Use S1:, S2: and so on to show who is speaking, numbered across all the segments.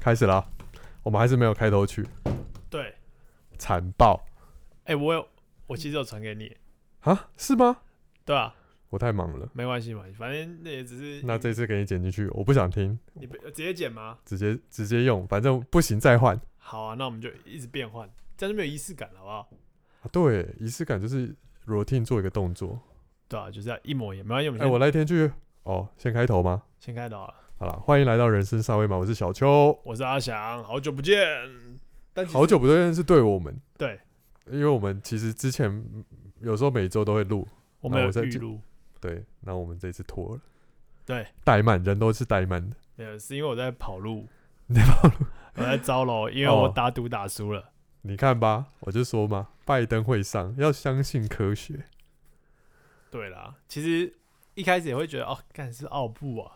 S1: 开始啦。我们还是没有开头曲，
S2: 对，
S1: 残暴
S2: 哎、我有，我其实有传给你，
S1: 啊？是吗？
S2: 对吧、啊？
S1: 我太忙了，
S2: 没关系嘛，反正那也只是
S1: 那这次给你剪进去，我不想听，
S2: 你不直接剪吗？
S1: 直接直接用，反正不行再换。
S2: 好啊，那我们就一直变换，这样就没有仪式感了，好不好？
S1: 啊对，仪式感就是 routine 做一个动作。
S2: 对啊，就是要一模一样，没关系，我们
S1: 哎、
S2: 先、
S1: 我那天去哦，先开头吗？
S2: 先开导了。
S1: 好了，欢迎来到人生沙威玛，我是小邱。
S2: 我是阿翔，好久不见，但其实
S1: 好久不见是对我们，
S2: 对，
S1: 因为我们其实之前嗯有时候每周都会录，
S2: 我们
S1: 那啊
S2: 有
S1: 我再
S2: 预
S1: 进
S2: 录，
S1: 对，那我们这次拖了，
S2: 对，
S1: 怠慢，人都是怠慢的。
S2: 没有，是因为我在跑路，
S1: 你在
S2: 跑路，我在招楼，因为我
S1: 哦
S2: 打赌打输了。
S1: 你看吧，我就说嘛，拜登会上，要相信科学。
S2: 对啦，其实一开始也会觉得哦，干是奥布啊，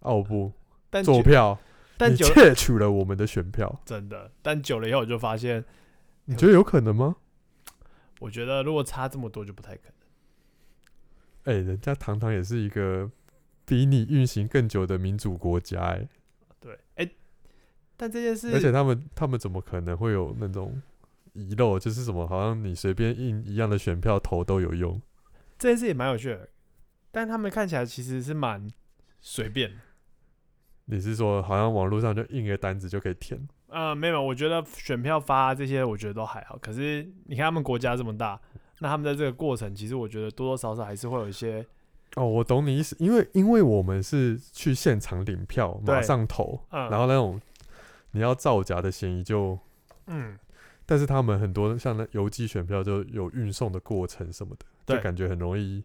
S1: 奥布
S2: 但
S1: 哦做
S2: 久
S1: 票，
S2: 但
S1: 你
S2: 久
S1: 窃取了我们的选票，
S2: 真的，但久了以后我就发现，
S1: 你觉得有可能吗？
S2: 我觉得如果差这么多就不太可能。
S1: 哎、人家堂堂也是一个比你运行更久的民主国家、哎，
S2: 对，哎、但这件事，
S1: 而且他们他们怎么可能会有那种遗漏？就是什么，好像你随便印一样的选票投都有用。
S2: 这件事也蛮有趣的，但他们看起来其实是蛮随便的。
S1: 你是说，好像网络上就印个单子就可以填？
S2: 呃，没有，我觉得选票发这些，我觉得都还好。可是你看他们国家这么大，那他们在这个过程，其实我觉得多多少少还是会有一些
S1: 哦，我懂你意思，因为因为我们是去现场领票，马
S2: 对
S1: 上投，
S2: 嗯
S1: 然后那种你要造假的嫌疑就，
S2: 嗯，
S1: 但是他们很多像那邮寄选票就有运送的过程什么的，
S2: 对
S1: 就感觉很容易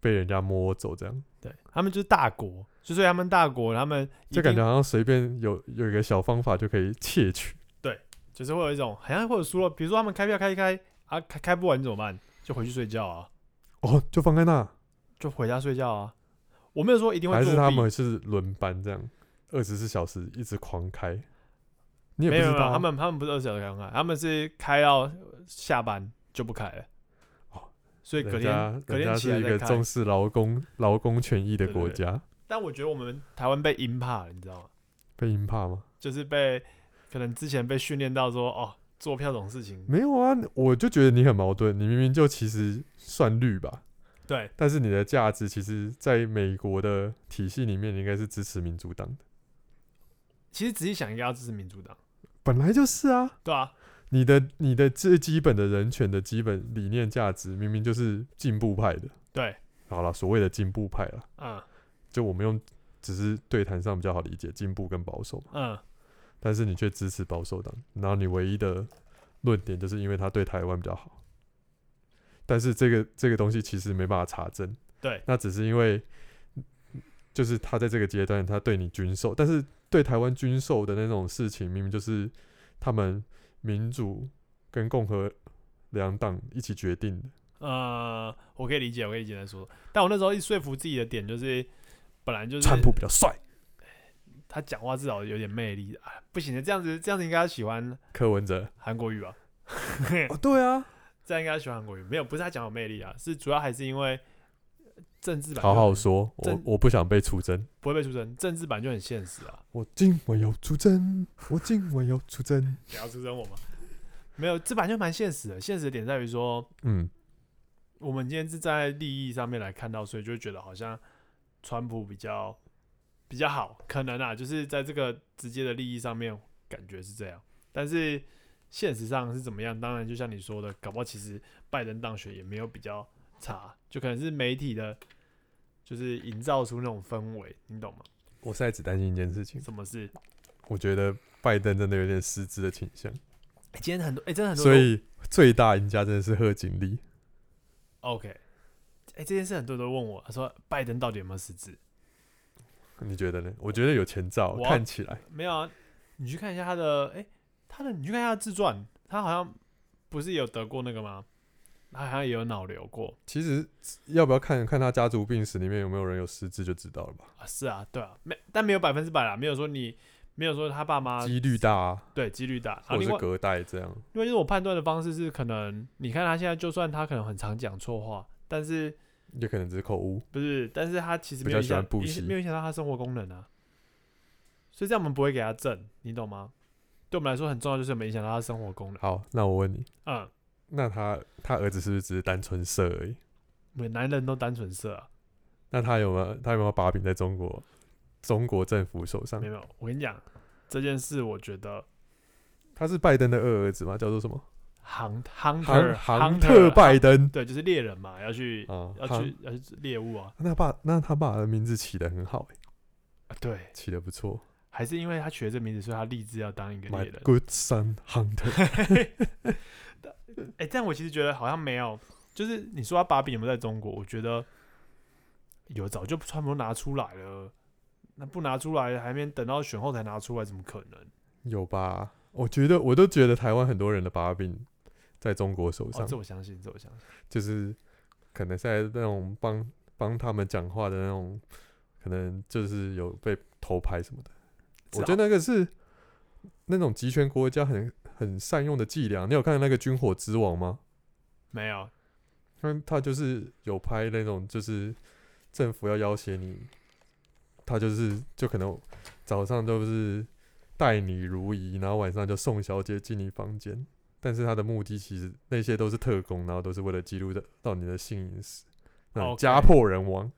S1: 被人家摸走这样。
S2: 对他们就是大国，就所以他们大国，他们一
S1: 就感觉
S2: 定
S1: 好像随便有有一个小方法就可以窃取，
S2: 就是会有一种好像会有输了，比如说他们开票开一开啊，开开不完怎么办？就回去睡觉啊，
S1: 哦，就放在那，
S2: 就回家睡觉啊。我没有说一定会
S1: 还
S2: 作
S1: 是
S2: 弊，
S1: 他们是轮班这样，二十四小时一直狂开，你也不
S2: 没有没
S1: 知
S2: 有，
S1: 道啊
S2: 他们他们不是二十小时开放，他们是开到下班就不开了。
S1: 哦
S2: 所以隔
S1: 人
S2: 天
S1: 家
S2: 隔
S1: 人
S2: 天
S1: 家
S2: 起
S1: 是
S2: 来
S1: 一
S2: 再
S1: 个
S2: 开
S1: 重。视劳工劳工权益的
S2: 对对
S1: 国
S2: 对
S1: 家，
S2: 但我觉得我们台湾被阴怕了，你知道吗？
S1: 被阴怕吗？
S2: 就是被可能之前被训练到说哦，做票这种事情，
S1: 没有啊，我就觉得你很矛盾，你明明就其实算绿吧，
S2: 对
S1: 但是你的价值其实在美国的体系里面，你应该是支持民主党的，
S2: 其实仔细想应该要支持民主党，
S1: 本来就是啊，
S2: 对啊，
S1: 你的你的最基本的人权的基本理念价值，明明就是进步派的。
S2: 对，
S1: 好了，所谓的进步派啦，
S2: 嗯
S1: 就我们用只是对谈上比较好理解，进步跟保守嘛。
S2: 嗯，
S1: 但是你却支持保守党，然后你唯一的论点就是因为他对台湾比较好。但是这个这个东西其实没办法查证，
S2: 对
S1: 那只是因为就是他在这个阶段他对你军售，但是对台湾军售的那种事情，明明就是他们民主跟共和两党一起决定的。
S2: 呃，我可以理解，我可以简单说，但我那时候一说服自己的点就是，本来就是
S1: 川普比较帅，
S2: 他讲话至少有点魅力啊，不行的，这样子这样子应该要喜欢
S1: 柯文哲。
S2: 韩 国语吧，
S1: 哦，对啊，
S2: 这样应该喜欢韩国语，没有不是他讲有魅力啊，是主要还是因为政治版
S1: 好
S2: 就
S1: 好
S2: 很
S1: 说，我
S2: 真
S1: 我不想被出征。
S2: 不会被出征，政治版就很现实啊，
S1: 我今晚要出征，我今晚要出征。
S2: 不要出征我嘛。没有，这版就蛮现实的，现实的点在于说，
S1: 嗯，
S2: 我们今天是在利益上面来看到，所以就会觉得好像川普比较比较好，可能啊，就是在这个直接的利益上面，感觉是这样。但是现实上是怎么样？当然，就像你说的，搞不好其实拜登当选也没有比较差，就可能是媒体的，就是营造出那种氛围，你懂吗？
S1: 我现在只担心一件事情，
S2: 什么是？
S1: 我觉得拜登真的有点失职的倾向，
S2: 诶今天很多，哎、真的很多
S1: 所
S2: 人都，
S1: 以最大赢家真的是贺锦丽。
S2: OK，哎、这件事很多人都问我，他说拜登到底有没有失职？
S1: 你觉得呢？我觉得有前兆，
S2: 我
S1: 看起来
S2: 没有啊，你去看一下他的，哎、他的你去看一下他的自传，他好像不是有得过那个吗？他好像也有脑瘤过
S1: 其实要不要看看他家族病史里面有没有人有失智就知道了吧？
S2: 啊，是啊，对啊，没，但没有百分之百啦，没有说你，没有说他爸妈
S1: 几率大、啊，
S2: 对几率大，然
S1: 或
S2: 后
S1: 者
S2: 另
S1: 是
S2: 外
S1: 隔代这样。
S2: 因为就是我判断的方式是，可能你看他现在就算他可能很常讲错话，但是
S1: 也可能只是口误，
S2: 不是，但是他其实没
S1: 比较
S2: 有影
S1: 喜欢
S2: 响，
S1: 布
S2: 影
S1: 希
S2: 没有影响到他生活功能啊，所以这样我们不会给他正，你懂吗？对我们来说很重要，就是没影响到他的生活功能。
S1: 好，那我问你，
S2: 嗯，
S1: 那他他儿子是不是只是单纯色而已？
S2: 每男人都单纯色啊，
S1: 那他有没有他有没有把柄在中国中国政府手上
S2: 没？有。我跟你讲这件事，我觉得
S1: 他是拜登的二儿子吗？叫做什么？
S2: 杭
S1: 杭
S2: hunter
S1: 杭
S2: hunter-
S1: 特啊拜登
S2: 对，就是猎人嘛，要去
S1: 啊，
S2: 要
S1: 杭
S2: 去要去猎物啊
S1: 那爸那他爸的名字起的很好、欸，
S2: 啊，对，
S1: 起的不错。
S2: 还是因为他取了这名字，所以他立志要当一个猎
S1: My
S2: 人。
S1: good son Hunter，
S2: 哎、但我其实觉得好像没有，就是你说他把柄有没有在中国？我觉得有，早就川普拿出来了，那不拿出来，还没等到选后才拿出来，怎么可能？哦
S1: 有吧？我觉得我都觉得台湾很多人的把柄在中国手上，
S2: 哦，这我相信，这我相信。
S1: 就是可能在那种帮帮他们讲话的那种，可能就是有被偷拍什么的。我觉
S2: 得
S1: 得那个是那种集权国家很很善用的伎俩。你有看那个军火之王吗？
S2: 没有，
S1: 那他就是有拍那种，就是政府要要挟你，他就是就可能早上都是待你如仪，然后晚上就送小姐进你房间。但是他的目的其实那些都是特工，然后都是为了记录的到你的性隐私，那种
S2: 哦 OK
S1: 家破人亡，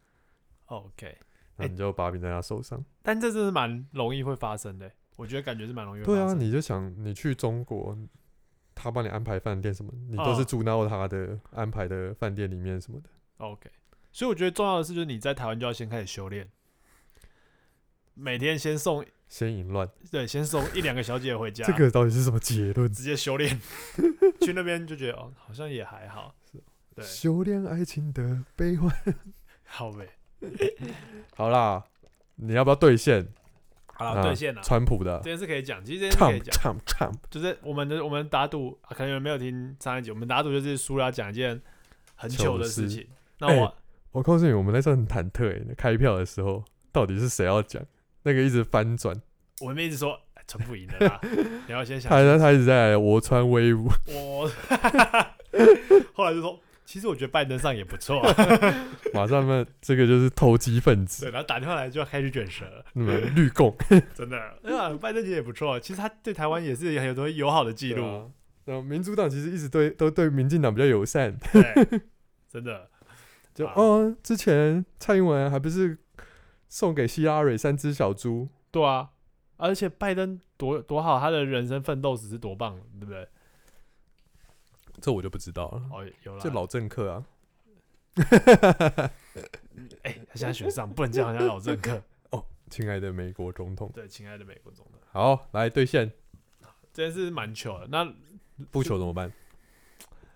S2: OK，
S1: 那你就把柄在他手上。
S2: 但这真是蛮容易会发生的欸，我觉得感觉是蛮容易会发
S1: 对啊，
S2: 生的。
S1: 你就想你去中国，他帮你安排饭店什么，你都是
S2: 哦
S1: 住到他的安排的饭店里面什么的。
S2: OK，所以我觉得重要的是，就是你在台湾就要先开始修炼，每天先送
S1: 先淫乱，
S2: 对，先送一两个小姐回家，
S1: 这个到底是什么结论？
S2: 直接修炼， 去那边就觉得哦，好像也还好，
S1: 哦
S2: 对，
S1: 修炼爱情的悲欢。
S2: 好呗。
S1: 好啦，你要不要兑现
S2: 好
S1: 啊
S2: 了，兑现了，
S1: 川普的
S2: 这件事可以讲，其实这件事可以
S1: Trump
S2: 讲，
S1: Trump Trump？
S2: 就是我们的我们打赌，啊可能有人没有听上一集，我们打赌就是输了要讲一件很糗的事情。那我、
S1: 哎我告诉你，我们那时候很忐忑、欸，开票的时候到底是谁要讲？那个一直翻转，
S2: 我们一直说哎川普赢了 啦，你要先想
S1: 他他一直在我穿威武，
S2: 我， 后来就说。其实我觉得拜登上也不错、啊
S1: 马上呢，这个就是投机分子，
S2: 对，然后打电话来就要开始卷舌，
S1: 那么绿共
S2: 真的，对啊，拜登其实也不错，其实他对台湾也是很有多友好的记录，。
S1: 啊然后民主党其实一直对都对民进党比较友善，
S2: 对，啊真的，
S1: 就、
S2: 啊
S1: 哦，之前蔡英文还不是送给希拉蕊三只小猪，
S2: 对啊，而且拜登多多好，他的人生奋斗史是多棒，对不对？
S1: 这我就不知道了。
S2: 哦，有了，
S1: 这老政客啊，
S2: 哎、他现在选上，不能这样，好像老政 客。
S1: 亲爱的美国总统，
S2: 对，亲爱的美国总统，
S1: 好，来兑现，
S2: 这件事蛮糗的。那
S1: 不求怎么办？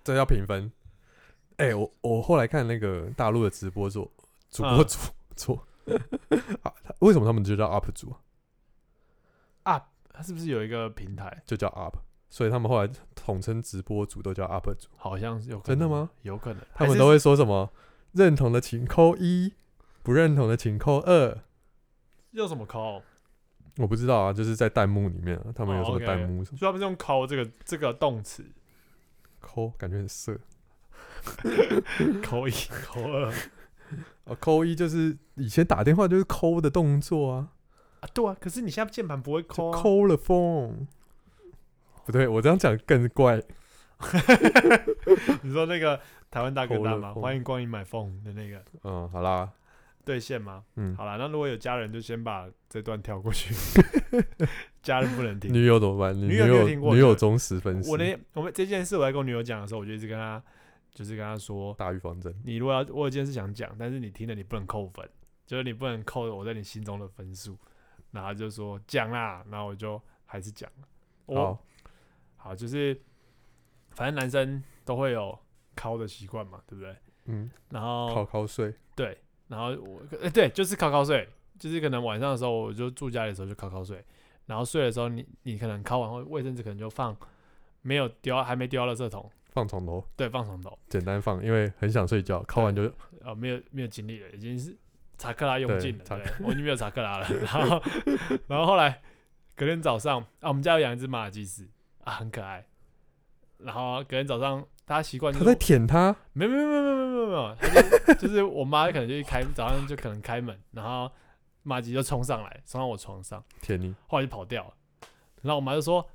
S1: 这要评分。哎、我我后来看那个大陆的直播主主播
S2: 嗯
S1: 主做、 啊，他为什么他们就叫 UP 主啊？
S2: UP 他是不是有一个平台？
S1: 就叫 UP，所以他们后来统称直播主都叫 UP 主。
S2: 好像是有可
S1: 真
S2: 能
S1: 的吗？
S2: 有可能，
S1: 他
S2: 还
S1: 们
S2: 是
S1: 都会说什么？认同的请扣一，不认同的请扣二。
S2: 用什么 call？
S1: 我不知道啊，就是在弹幕里面、啊，他们有
S2: 哦
S1: 什么
S2: ，OK
S1: 弹幕什么
S2: 所以他们是用 call 这个这个动词
S1: 扣，感觉很色。
S2: ，call 一 call 二
S1: 哦，扣一就是以前打电话就是扣的动作啊。
S2: 啊，对啊。可是你现在键盘不会 call，
S1: 就
S2: 啊、
S1: call the phone。不对，我这样讲更怪。
S2: 你说那个台湾大哥
S1: call
S2: 大
S1: 了
S2: 吗？
S1: phone
S2: 欢迎光临买 phone 的那个
S1: 嗯，好啦，
S2: 兑现吗？
S1: 嗯，
S2: 好啦，那如果有家人，就先把这段跳 过去。家人不能听。
S1: 女友怎么办？你
S2: 女
S1: 女
S2: 友没有
S1: 友
S2: 听过
S1: 女友
S2: 对
S1: 忠实粉丝，
S2: 我那我们这件事，我在跟我女友讲的时候，我就一直跟她，就是跟她说，
S1: 打预防针。
S2: 你如果要我有件事想讲，但是你听了你不能扣分，就是你不能扣我在你心中的分数。然后她就说讲啦，然后我就还是讲了。我
S1: 好，
S2: 好，就是反正男生都会有敲的习惯嘛，对不对？
S1: 嗯，
S2: 然后
S1: 考考睡，
S2: 对，然后我呃对，就是考考睡，就是可能晚上的时候我就住家里的时候就考考睡，然后睡的时候你你可能考完后卫生纸可能就放没有丢到还没丢到垃圾桶，
S1: 放床头，
S2: 对，放床头，
S1: 简单放，因为很想睡觉。考完就
S2: 呃没有没有精力了，已经是查克拉用尽了，
S1: 对
S2: 对
S1: 查
S2: 我已经没有查克拉了，然后 然后后来隔天早上啊我们家有养一只马尔济斯啊很可爱，然后隔天早上。大家习惯就
S1: 他
S2: 是
S1: 在舔他，
S2: 没 有没有没有没有没有没有没有，他就就是我妈可能就是开早上就可能开门，然后马吉就冲上来，冲到我床上，
S1: 舔你，
S2: 后来就跑掉了。然后我妈就说，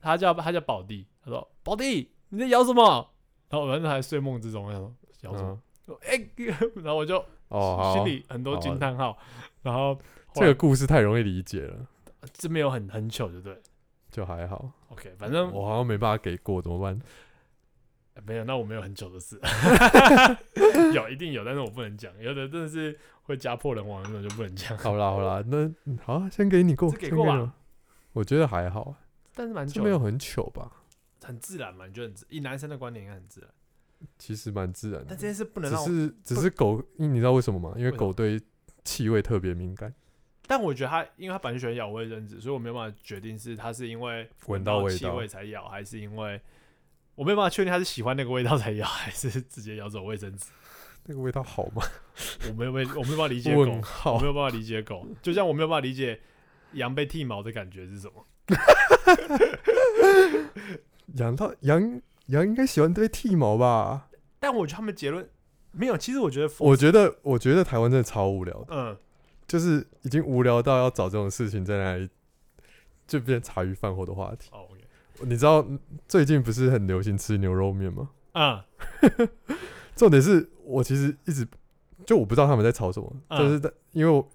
S2: 她叫她叫宝弟，她说宝弟你在摇什么？然后我那还睡梦之中，我想说摇什么
S1: 嗯，？
S2: 我哎、然后我就
S1: 哦，好
S2: 嗯心，里很多惊叹号，然后
S1: 这个故事太容易理解了，
S2: 这没有很很糗，就对了。
S1: 就还好。
S2: OK，反正
S1: 我好像没办法给过，怎么 办？
S2: 呃没有，那我没有很糗的事， 有一定有，但是我不能讲，有的真的是会家破人亡的那种就不能讲，
S1: 好啦好啦，那嗯好啊，先给你过，
S2: 这给
S1: 先
S2: 过
S1: 你
S2: 吧
S1: 了我觉得还好，
S2: 但是蛮
S1: 这
S2: 糗
S1: 没有
S2: 的，
S1: 很糗吧？
S2: 很自然嘛，你就很自以男生的观点应该很自然，
S1: 其实蛮自然
S2: 但
S1: 的，
S2: 这件事不
S1: 嗯
S2: 能
S1: 只
S2: 让我，
S1: 是只是狗，因为你知道为什么吗？因为
S2: 为什么
S1: 狗对气味特别敏感，
S2: 但我觉得他因为他本来就喜欢咬味认知，所以我没有办法决定是他是因为
S1: 闻到味
S2: 气
S1: 道
S2: 味才咬，还是因为我没有办法确定他是喜欢那个味道才咬，还是直接咬走卫生纸，
S1: 那个味道好吗？
S2: 我没 有办我没有办法理解狗，
S1: 问
S2: 我
S1: 号
S2: 没，有办法理解狗，就像我没有办法理解羊被剃毛的感觉是什么。
S1: 羊到羊羊应该喜欢被剃毛吧？
S2: 但我觉得他们结论没有。其实我觉得佛，
S1: 我觉得我觉得台湾真的超无聊的，
S2: 嗯，
S1: 就是已经无聊到要找这种事情在那里。就变茶余饭后的话题，
S2: 哦，OK，
S1: 你知道最近不是很流行吃牛肉面吗？
S2: 嗯，
S1: 重点是我其实一直就我不知道他们在吵什么，
S2: 嗯
S1: 就是在因为我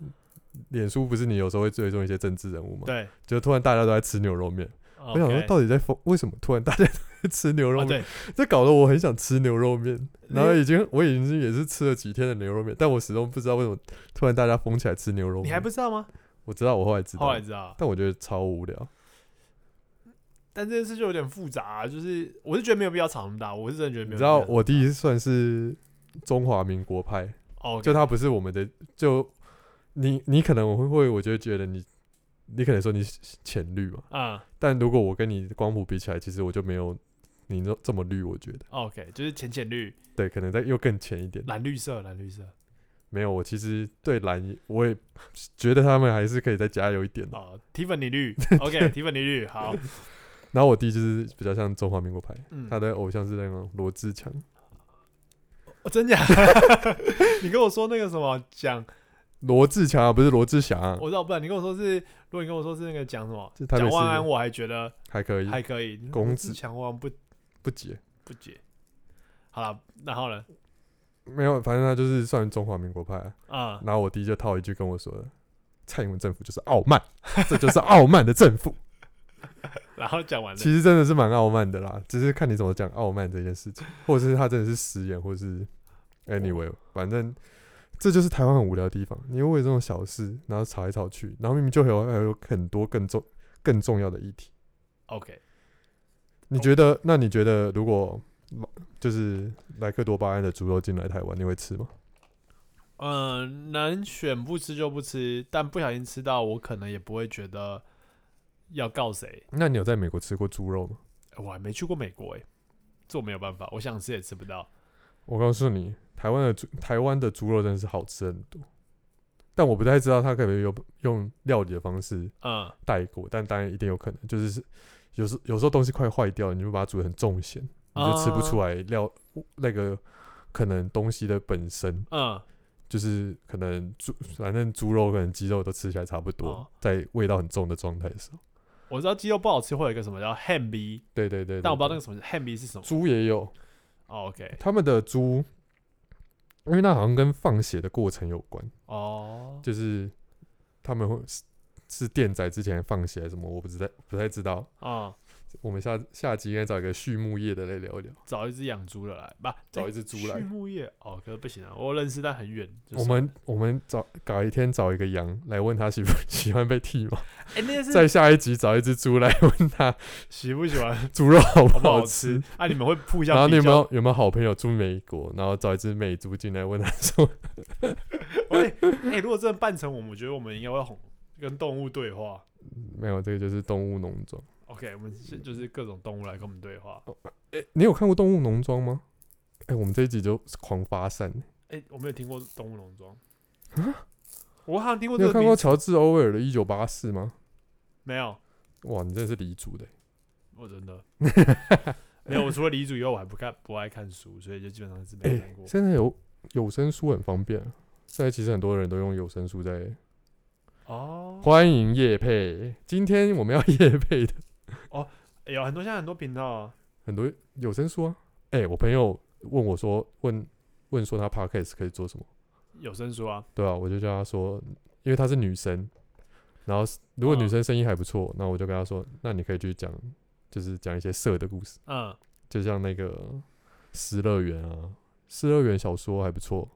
S1: 脸书不是你有时候会追踪一些政治人物嘛，
S2: 对，
S1: 就突然大家都在吃牛肉面
S2: 我
S1: 我想说到底在疯为什么突然大家都在吃牛肉
S2: 啊，
S1: 面，
S2: 对，
S1: 这搞得我很想吃牛肉面，
S2: 你
S1: 然后已经我已经也是吃了几天的牛肉面，但我始终不知道为什么突然大家疯起来吃牛肉面，
S2: 你还不知道吗？
S1: 我知道我后来知
S2: 后
S1: 道
S2: 来，知道，
S1: 但我觉得超无聊，
S2: 但这件事就有点复杂、啊，就是我是觉得没有必要吵那么大，我是真的觉得
S1: 你
S2: 没
S1: 知
S2: 有必要
S1: 道
S2: 吵那么大。
S1: 我弟算是中华民国派，
S2: 哦，
S1: 就他不是我们的，就你你可能我会会，我就会觉得你，你可能说你浅绿嘛，
S2: 啊、
S1: 但如果我跟你光谱比起来，其实我就没有你这这么绿，我觉得
S2: o k 就是浅浅绿、
S1: 对，可能再又更浅一点。
S2: 蓝绿色、蓝绿色。
S1: 没有，我其实对蓝也，我也觉得他们还是可以再加油一点的。
S2: 哦，提粉 你绿，OK，提粉你绿，好，
S1: 然后我弟就是比较像中华民国派，
S2: 嗯，
S1: 他的偶像是那种罗志强，
S2: 哦真假？ 你跟我说那个什么讲，
S1: 罗志强啊，不是罗志祥啊，
S2: 我知道，不然你跟我说是，如果你跟我说是那个讲什么
S1: 这台北
S2: 讲
S1: 市
S2: 万安，
S1: 的
S2: 我还觉得
S1: 还可以，
S2: 还可以，
S1: 公
S2: 子
S1: 子
S2: 强万不
S1: 不解。
S2: 不解。好了，然后呢？
S1: 没有，反正他就是算中华民国派、啊。
S2: 啊、
S1: 然后我弟就套一句跟我说的：“蔡英文政府就是傲慢， 这就是傲慢的政 府。
S2: 然后讲完”了
S1: 其。实真的是蛮傲慢的啦，只是看你怎么讲傲慢这件事情，或者是他真的是食言，或 是 anyway，反正这就是台湾很无聊的地方。你为了这种小事，然后吵来吵去，然后明明就有还有很多更重更重要的议题。
S2: OK，
S1: 你觉得？那你觉得如果就是莱克多巴胺的猪肉进来台湾，你会吃吗？
S2: 嗯、能选不吃就不吃，但不小心吃到，我可能也不会觉得要告谁。
S1: 那你有在美国吃过猪肉吗？
S2: 欸我还没去过美国哎、欸，这我没有办法，我想吃也吃不到。
S1: 我告诉你，台湾的猪台湾的猪肉真的是好吃很多，但我不太知道它可不可以用用料理的方式
S2: 嗯，
S1: 带过，但当然一定有可能，就是是有时有时候东西快坏掉了，你就把它煮得很重咸，你就吃不出来料、那个可能东西的本身，
S2: 嗯，
S1: 就是可能猪反正猪肉跟鸡肉都吃起来差不多，
S2: 哦
S1: 在味道很重的状态的时候，
S2: 我知道鸡肉不好吃，会有一个什么叫 ham b，
S1: 对对对对
S2: 但我不知道
S1: 对
S2: 那个什么 ham b 是什么。
S1: 猪也有，
S2: 哦 OK，
S1: 他们的猪，因为那好像跟放血的过程有关。
S2: 哦，
S1: 就是他们会是是电仔之前放血还是什么，我不知道，不太知道。
S2: 啊、
S1: 我们下下集应该找一个畜牧业的来聊一聊。
S2: 找一只养猪的来，吧，
S1: 找一只猪来
S2: 畜牧业哦，可是不行啊，我认识但很远。就是
S1: 我们我们找改一天找一个羊来问他喜不 喜欢被剃毛，
S2: 哎、那个是
S1: 再下一集找一只猪来问他
S2: 喜不喜欢
S1: 猪肉 好
S2: 好
S1: 不
S2: 不好
S1: 好
S2: 吃
S1: 吃。？
S2: 啊，你们会互
S1: 然后你
S2: 相比
S1: 有没
S2: 较
S1: 有？有没有好朋友住美国，然后找一只美猪进来问他说，
S2: 喂，哎，如果真的办成，我们我觉得我们应该会红，跟动物对话。
S1: 没有，这个就是动物农庄。
S2: OK，我们是就是各种动物来跟我们对话。
S1: 诶、你有看过动物农庄吗？诶、我们这一集就狂发散。
S2: 哎，我没有听过动物农庄 我好像听
S1: 啊你
S2: 过这
S1: 有
S2: 个
S1: 看过
S2: 名字，
S1: 乔治·欧威尔的《一九八四》吗？
S2: 没有？
S1: 哇，你真的是离主的欸、
S2: 我真的 没有。我除了李主以外，我还不看不爱看书，所以就基本上是没
S1: 哎、
S2: 看过。
S1: 现在有有声书很方便啊、现在其实很多人都用有声书在
S2: 哦，
S1: 欢迎叶配，今天我们要叶配的
S2: 哎有很多现在很多频道啊，
S1: 很多有声书啊。哎、我朋友问我说，问问说他 podcast 可以做什么？
S2: 有声书啊，
S1: 对啊，我就叫他说，因为她是女生，然后如果女
S2: 嗯
S1: 生声音还不错，那我就跟她说，那你可以去讲，就是讲一些色的故事，
S2: 嗯，
S1: 就像那个《失乐园》啊，《失乐园》小说还不错，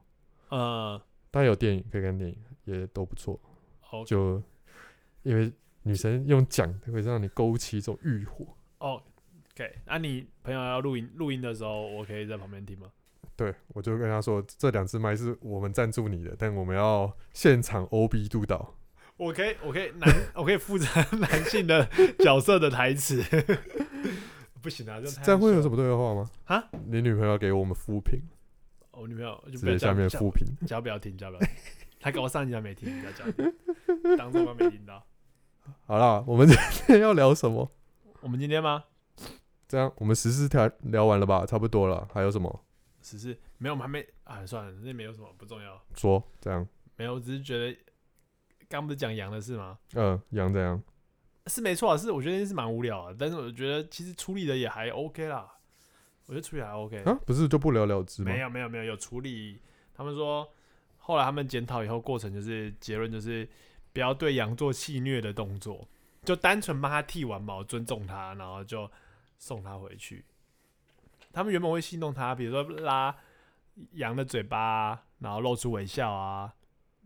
S2: 呃，
S1: 但有电影可以看电影，也都不错。
S2: 哦
S1: 就因为女生用讲的会让你勾起一种欲火，
S2: 哦，OK，那、你朋友要录音录音的时候，我可以在旁边听吗？
S1: 对我就跟他说，这两只麦是我们赞助你的，但我们要现场 OB 督导。
S2: 我可以，我可以男， 我可以负责男性的角色的台词。 不行啊，这
S1: 这样会有什么
S2: 么？
S1: 对话吗？
S2: 啊？
S1: 你女朋友给我们扶评，
S2: 哦我女朋友就
S1: 直
S2: 不要
S1: 接
S2: 叫
S1: 下面
S2: 叫
S1: 扶评。
S2: 叫不要听，叫不要听。他跟我上一集还没听，不要讲，当做我没听 到。
S1: 好啦，我们今天要聊什么？
S2: 我们今天吗？
S1: 这样我们十四条聊完了吧？差不多了，还有什么
S2: 只是没有，我们还没啊，算了，那没有什么不重要。
S1: 说？这样，
S2: 没有，我只是觉得刚不是讲羊的事吗？
S1: 嗯，杨怎样？
S2: 是没错啊，是我觉得是蛮无聊啊的，但是我觉得其实处理的也还 OK 啦，我觉得处理还 OK。
S1: 啊，不是就不了了之吗
S2: 没？有没有没有有处理，他们说后来他们检讨以后过程就是结论就是不要对羊做戏虐的动作，就单纯帮他剃完毛，尊重他，然后就送他回去。他们原本会戏弄他，比如说拉羊的嘴巴啊，然后露出微笑啊，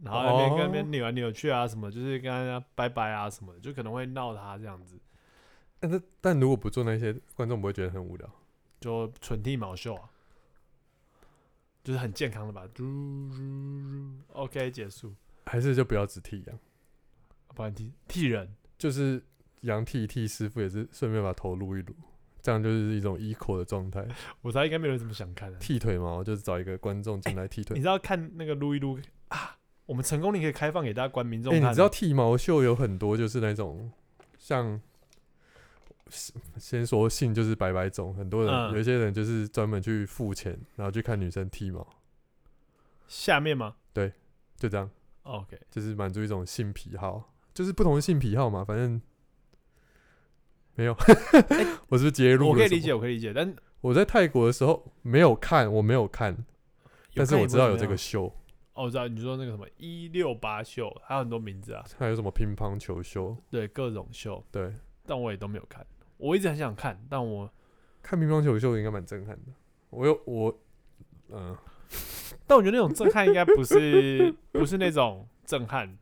S2: 然后在那边跟那
S1: 哦
S2: 边扭来扭去啊，什么就是跟他拜拜啊什么的，就可能会闹他这样子，
S1: 但是但如果不做那些，观众不会觉得很无聊。
S2: 就纯剃毛秀啊，就是很健康的吧。嘟嘟嘟，OK，结束。
S1: 还是就不要只剃羊，
S2: 不然剃剃人
S1: 就是羊剃一剃，师傅也是顺便把头撸一撸，这样就是一种 equal 的状态。
S2: 我猜应该没有人怎么想看的、啊
S1: 剃腿毛就是找一个观众进来剃
S2: 你
S1: 腿。
S2: 知道看那个撸一撸啊，我们成功率可以开放给大家观民众
S1: 哎、
S2: 看、
S1: 你知道剃毛秀有很多就是那种像，先说性就是百百种，很多人、
S2: 嗯
S1: 有一些人就是专门去付钱，然后去看女生剃毛，
S2: 下面吗
S1: 就这样，
S2: ？OK，
S1: 就是满足一种性癖好，就是不同的性癖好嘛，反正。没有， 我是不是揭露。
S2: 哎我可以理解，。我可以理解，但
S1: 我在泰国的时候没有看，我没有看，但是
S2: 看
S1: 我
S2: 也
S1: 知
S2: 不会
S1: 道有
S2: 怎
S1: 这
S2: 么
S1: 个
S2: 样
S1: 秀，
S2: 哦，我知道你说那个什么一六八秀，还有很多名字啊，
S1: 还有什么乒乓球秀，
S2: 对各种秀，
S1: 对，
S2: 但我也都没有看，我一直很想看，但我
S1: 看乒乓球秀应该蛮震撼的。我有我，嗯、
S2: 但我觉得那种震撼应该不是 不是那种震撼，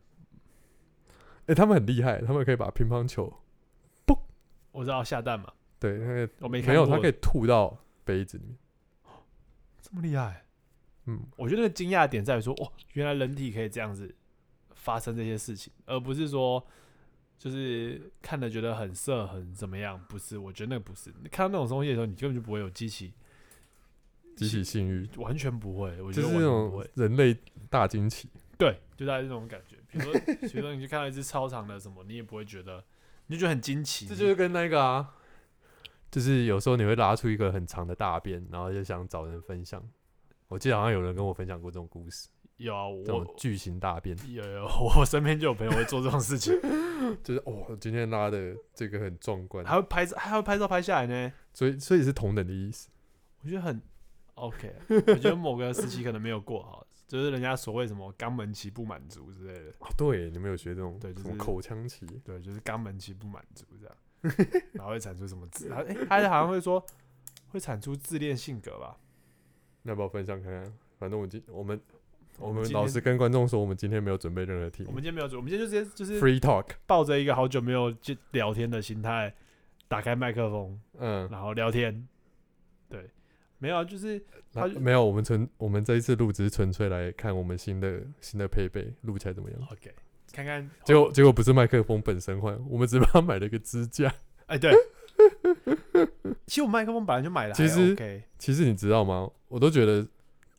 S1: 哎、他们很厉害，他们可以把乒乓球，
S2: 我知道下蛋嘛，
S1: 对，那个
S2: 我没看
S1: 没有，
S2: 过
S1: 他可以吐到杯子里面。
S2: 这么厉害、
S1: 嗯，
S2: 我觉得那个惊讶的点在于说，哦，原来人体可以这样子发生这些事情，而不是说就是看了觉得很色很怎么样，不是？我觉得那个不是，你看到那种东西的时候，你根本就不会有激起，
S1: 激起性欲，
S2: 完全不会，我觉
S1: 就
S2: 得
S1: 是那
S2: 欸完全不
S1: 种
S2: 会。
S1: 人类大惊奇。
S2: 对，就大概这种感觉。比如说， 比如说你去看到一只超长的什么，你也不会觉得，你就觉得很惊奇。
S1: 这就是跟那个啊，就是有时候你会拉出一个很长的大便，然后就想找人分享。我记得好像有人跟我分享过这种故事，
S2: 有啊，
S1: 这种
S2: 我
S1: 巨型大便，
S2: 有有， 我身边就有朋友会做这种事情，
S1: 就是哦，今天拉的这个很壮 观，
S2: 还会拍照，还会拍照拍下来呢。
S1: 所以所以是同等的意思。
S2: 我觉得很 OK，我觉得某个时期可能没有过好，就是人家所谓什么肛门期不满足之类的，
S1: 哦，对，你们有学这种
S2: 对就
S1: 什么
S2: 是
S1: 口腔期？
S2: 对，就是肛门期不满足这 样，然后会产出什么自，哎、他好像会说会产出自恋性格吧？
S1: 那要不要分享看看？反正我今我们我
S2: 们
S1: 们
S2: 今
S1: 老
S2: 天
S1: 师跟观众说，我们今天没有准备任何题
S2: 我
S1: 目
S2: 们今天没有做，我们今天就直接就是
S1: ，free talk。
S2: 抱着一个好久没有就聊天的心态，打开麦克风，
S1: 嗯，
S2: 然后聊天，对，没有啊，就是
S1: 那
S2: 他就
S1: 没有，我们纯我们这一次录只是纯粹来看我们新的新的配备录起来怎么样。
S2: OK，看看
S1: 结果结果不是麦克风本身坏，我们只帮他买了一个支架。
S2: 哎、对，其实我麦克风本来就买了，
S1: 其实
S2: OK，
S1: 其实你知道吗？我都觉得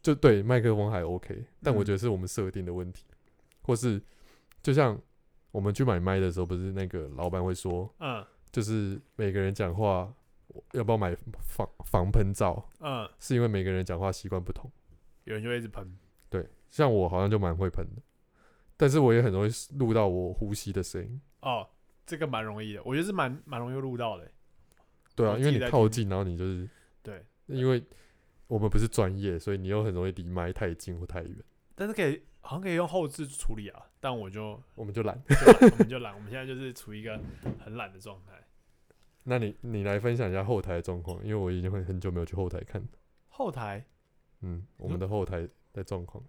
S1: 就对麦克风还 OK，但我
S2: 嗯
S1: 觉得是我们设定的问题，或是就像我们去买麦的时候，不是那个老板会说，
S2: 嗯
S1: 就是每个人讲话要不要买防防喷罩，
S2: 嗯，
S1: 是因为每个人讲话习惯不同。
S2: 有人就会一直喷。
S1: 对，像我好像就蛮会喷的，但是我也很容易录到我呼吸的声音。
S2: 哦，这个蛮容易的，我觉得是蛮蛮容易录到的欸。
S1: 对啊，
S2: 我
S1: 因
S2: 自
S1: 为
S2: 己
S1: 你
S2: 在
S1: 靠
S2: 听
S1: 近，然后你就是
S2: 对，
S1: 因为我们不是专业，所以你又很容易离麦太近或太远，
S2: 但是可以好像可以用后置处理啊，但我就
S1: 我们就懒。
S2: 就 懒我们就懒，我们现在就是处于一个很懒的状态。
S1: 那你你来分享一下后台的状况，因为我已经会很久没有去后台看了。
S2: 后台
S1: 嗯，我们
S2: 嗯
S1: 的后台的状况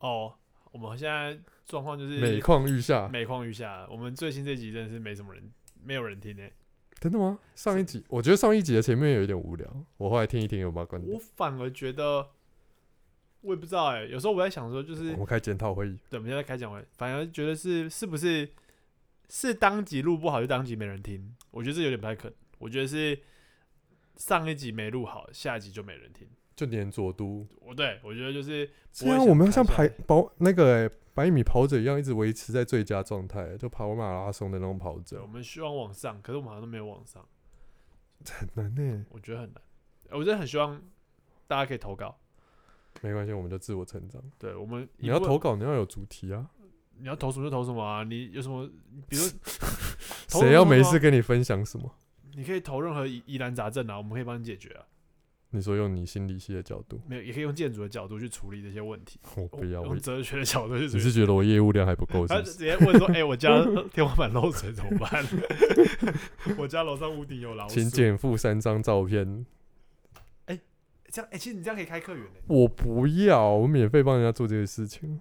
S2: 哦，我们现在状况就是
S1: 每况愈下。
S2: 每况愈下。我们最新这集真的是没什么人，没有人听欸呢、
S1: 真的吗？上一集我觉得上一集的前面有一点无聊，我后来听一听有把它关
S2: 我
S1: 掉。
S2: 反而觉得，我也不知道哎、有时候我在想说，就是
S1: 我们开检讨会议，
S2: 对，我们现在开讲完，反而觉得是是不是是当集录不好就当集没人听？我觉得这有点不太可能。我觉得是上一集没录好，下一集就没人听。
S1: 就连佐都
S2: 我对我觉得就是
S1: 这样啊我们要像排跑那个、欸、百米跑者一样，一直维持在最佳状态，就跑马拉松的那种跑
S2: 对，
S1: 者
S2: 我，们希望往上，可是我们好像都没有往上，
S1: 很难欸呢、
S2: 我觉得很难。呃我真的很希望大家可以投稿，
S1: 没关系，我们就自我成长。
S2: 对我们
S1: 你
S2: 一
S1: 要
S2: 部
S1: 投稿，你要有主题啊，
S2: 你要投什么就投什么啊！你有什么，比如 投
S1: 谁
S2: 什
S1: 要
S2: 么
S1: 没
S2: 投
S1: 事跟你分享什么？
S2: 你可以投任何疑疑难杂症啊，我们可以帮你解决啊。
S1: 你说用你心理系的角度，
S2: 没有，也可以用建筑的角度去处理这些问题，
S1: 我不要，我
S2: 哦用哲学的角度去处
S1: 只
S2: 理
S1: 是。觉得我业务量还不够，是
S2: 他
S1: 不
S2: 直
S1: 是？
S2: 接问说：“哎、我 家天花板漏水怎么办？ 我家楼上屋顶有老鼠。”
S1: 请减负三张照片，
S2: 这样，哎、其实你这样可以开客源的、
S1: 我不要，我免费帮人家做这个事情。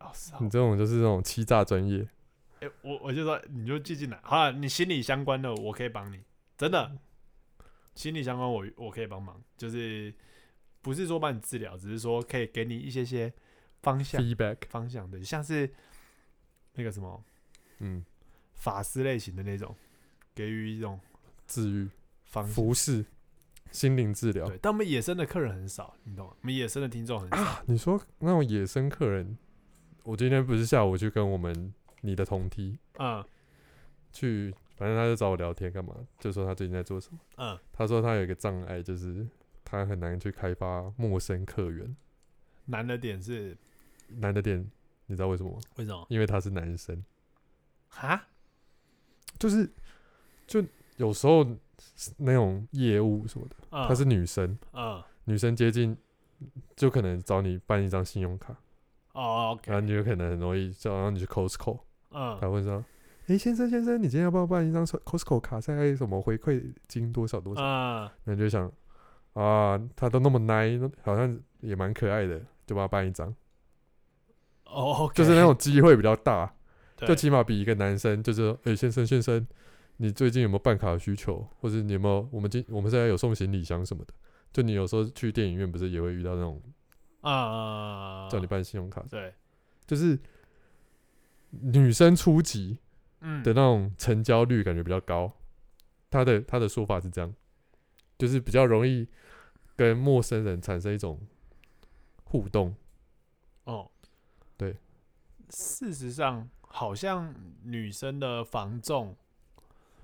S2: 哦，是啊
S1: 你。这种就是那种欺诈专业，
S2: 哎、我我就说你就记进来，好了，你心理相关的我可以帮你，真
S1: 嗯
S2: 的，心理相关我我可以帮忙，就是不是说帮你治疗，只是说可以给你一些些方向
S1: feedback，
S2: 方向的，像是那个什么
S1: 嗯，
S2: 法师类型的那种，给予一种
S1: 治愈、
S2: 方向。
S1: 服饰、心灵治疗
S2: 对，但我们野生的客人很少，你懂吗？我们野生的听众很少。
S1: 啊。你说那种野生客人，我今天不是下午去跟我们你的同梯
S2: 嗯
S1: 去，反正他就找我聊天干嘛，就说他最近在做什么。
S2: 嗯，
S1: 他说他有一个障碍，就是他很难去开发陌生客源。
S2: 难的点是
S1: 难的点，你知道为什么吗？
S2: 为什么？
S1: 因为他是男生，
S2: 哈？
S1: 就是就有时候那种业务什么的，
S2: 嗯，
S1: 她是女生，
S2: 嗯
S1: 女生接近就可能找你办一张信用卡，
S2: 哦
S1: 然后
S2: ，OK，
S1: 你有可能很容易叫然后你去 Costco，他
S2: 嗯
S1: 问说：“诶，先生先生，你今天要不要办一张 Costco 卡？大概什么回馈金多少多少
S2: 嗯，？”
S1: 那、你就想啊，他都那么 nice，好像也蛮可爱的，就帮他办一张，
S2: 哦，OK，
S1: 就是那种机会比较大，
S2: 对
S1: 就起码比一个男生就是说：“诶，先生先生，你最近有没有办卡需求？或者你有没有我们今我们现在有送行李箱什么的？就你有时候去电影院不是也会遇到那种
S2: 啊，
S1: 叫你办信用卡，
S2: 对，
S1: 就是女生初级
S2: 嗯，
S1: 的那种成交率感觉比较高。他的他的说法是这样，就是比较容易跟陌生人产生一种互动。
S2: 哦，
S1: 对。
S2: 事实上，好像女生的防重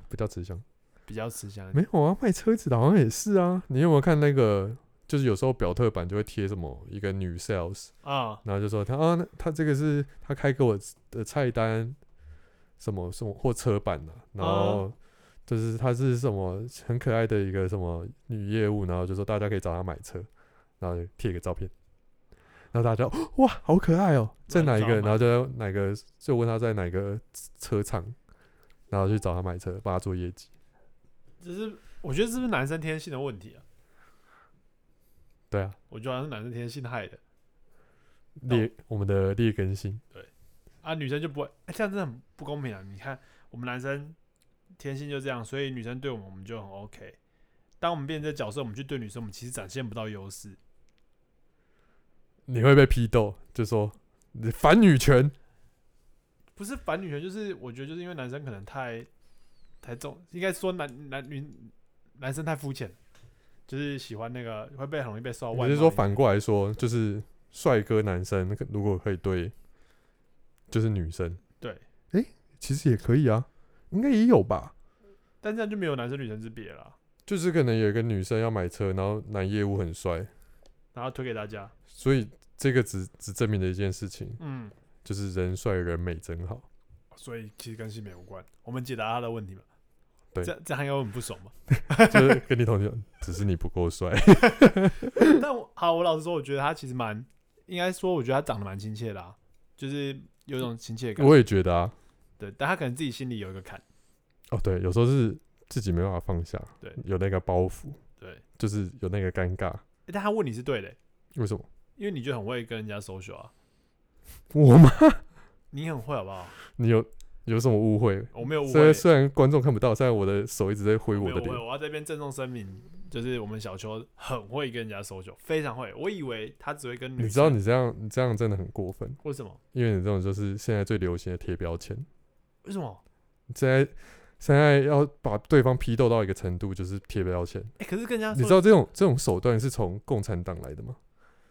S1: 比较吃香，
S2: 比较吃香，
S1: 没有啊，卖车子的好像也是啊。你有没有看那个？就是有时候表特版就会贴什么一个女 sales，
S2: 啊，
S1: 然后就说她啊，那她这个是她开给我的菜单，什么什么或车版的、然后就是她是什么很可爱的一个什么女业务，然后就说大家可以找她买车，然后就贴一个照片，然后大家哦 哇好可爱哦，在哪一个？
S2: 找她买
S1: 然后就在哪个就问她在哪个车厂，然后去找她买车，帮她做业绩。
S2: 只是我觉得是不是男生天性的问题啊？
S1: 对啊，
S2: 我觉得好像是男生天性害的
S1: 劣、
S2: 哦
S1: 我们的劣根性，
S2: 啊，女生就不会，哎这样真的很不公平啊！你看，我们男生天性就这样，所以女生对我们，我们就很 OK。当我们变成这角色，我们去对女生，我们其实展现不到优势。
S1: 你会被批斗，就说你反女权。
S2: 不是反女权，就是我觉得就是因为男生可能太太重，应该说男男女男生太肤浅，就是喜欢那个会被很容易被受哦到外貌
S1: 我
S2: 影
S1: 是
S2: 响。
S1: 说反过来说，就是帅哥男生如果可以对，就是女生，
S2: 对，
S1: 诶，其实也可以啊，应该也有吧。
S2: 但这样就没有男生女生之别了，
S1: 就是可能有一个女生要买车，然后男业务很帅，
S2: 然后推给大家。
S1: 所以这个只只证明了一件事情，
S2: 嗯，
S1: 就是人帅人美真好。
S2: 所以其实跟性别无关。我们解答他的问题嘛？
S1: 对
S2: 这这样应该会很不爽嘛？
S1: 就是跟你同学， 只是你不够 帅。
S2: 但我好，我老实说，我觉得他其实蛮，应该说，我觉得他长得蛮亲切的啊，就是有一种亲切感。
S1: 我也觉得啊，
S2: 对，但他可能自己心里有一个坎。
S1: 哦对，有时候是自己没办法放下，
S2: 对
S1: 有那个包袱，
S2: 对，诶
S1: 就是有那个尴尬。
S2: 但他问你是对的欸、
S1: 为什么？
S2: 因为你就很会跟人家 social 啊，
S1: 我吗？
S2: 你很会好不好？
S1: 你有有什么误会？
S2: 我没有误
S1: 虽
S2: 会
S1: 然，虽然观众看不到，虽然我的手一直在挥
S2: 没
S1: 我
S2: 有
S1: 的
S2: 误会。
S1: 脸，
S2: 我要这边郑重声明，就是我们小秋很会跟人家 social，非常会。我以为他只会跟女生，
S1: 你知道你这样你这样真的很过分，
S2: 为什么？
S1: 因为你这种就是现在最流行的贴标签。
S2: 为什么？
S1: 现在现在要把对方批斗到一个程度，就是贴标签。
S2: 哎、可是跟人家
S1: 你知
S2: 道
S1: 道这种这种手段是从共产党来的吗？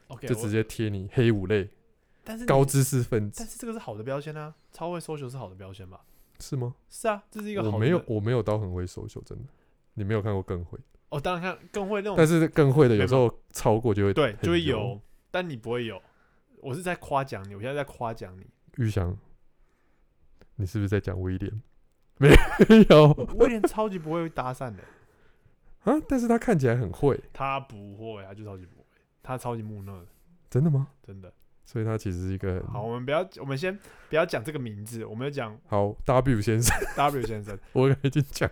S2: ，OK，
S1: 就
S2: 我
S1: 直接贴你黑五类、
S2: 但是你
S1: 高知识分子
S2: 但是这个是好的标签啊，超会 social 是好的标签吧？
S1: 是吗？
S2: 是啊，这是一个好
S1: 我
S2: 的
S1: 没有
S2: 标
S1: 我没有到很会手秀，真的。你没有看过更会，
S2: 哦，当然看更会那种
S1: 但是更会的
S2: 没
S1: 有时候超过就会
S2: 对
S1: 很
S2: 就会
S1: 油
S2: 有，但你不会有。我是在夸奖你，我现在在夸奖你。
S1: 玉祥，你是不是在讲威廉？ 没有
S2: 威廉超级不会搭讪的，
S1: 啊，但是他看起来很会，
S2: 他不会，他就超级不会，他超级木讷的，
S1: 真的吗？
S2: 真的。
S1: 所以他其实是一个很
S2: 好，我们不要，我们先不要讲这个名字，我们要讲
S1: 好 W 先生，
S2: W 先生
S1: 我刚才已经讲，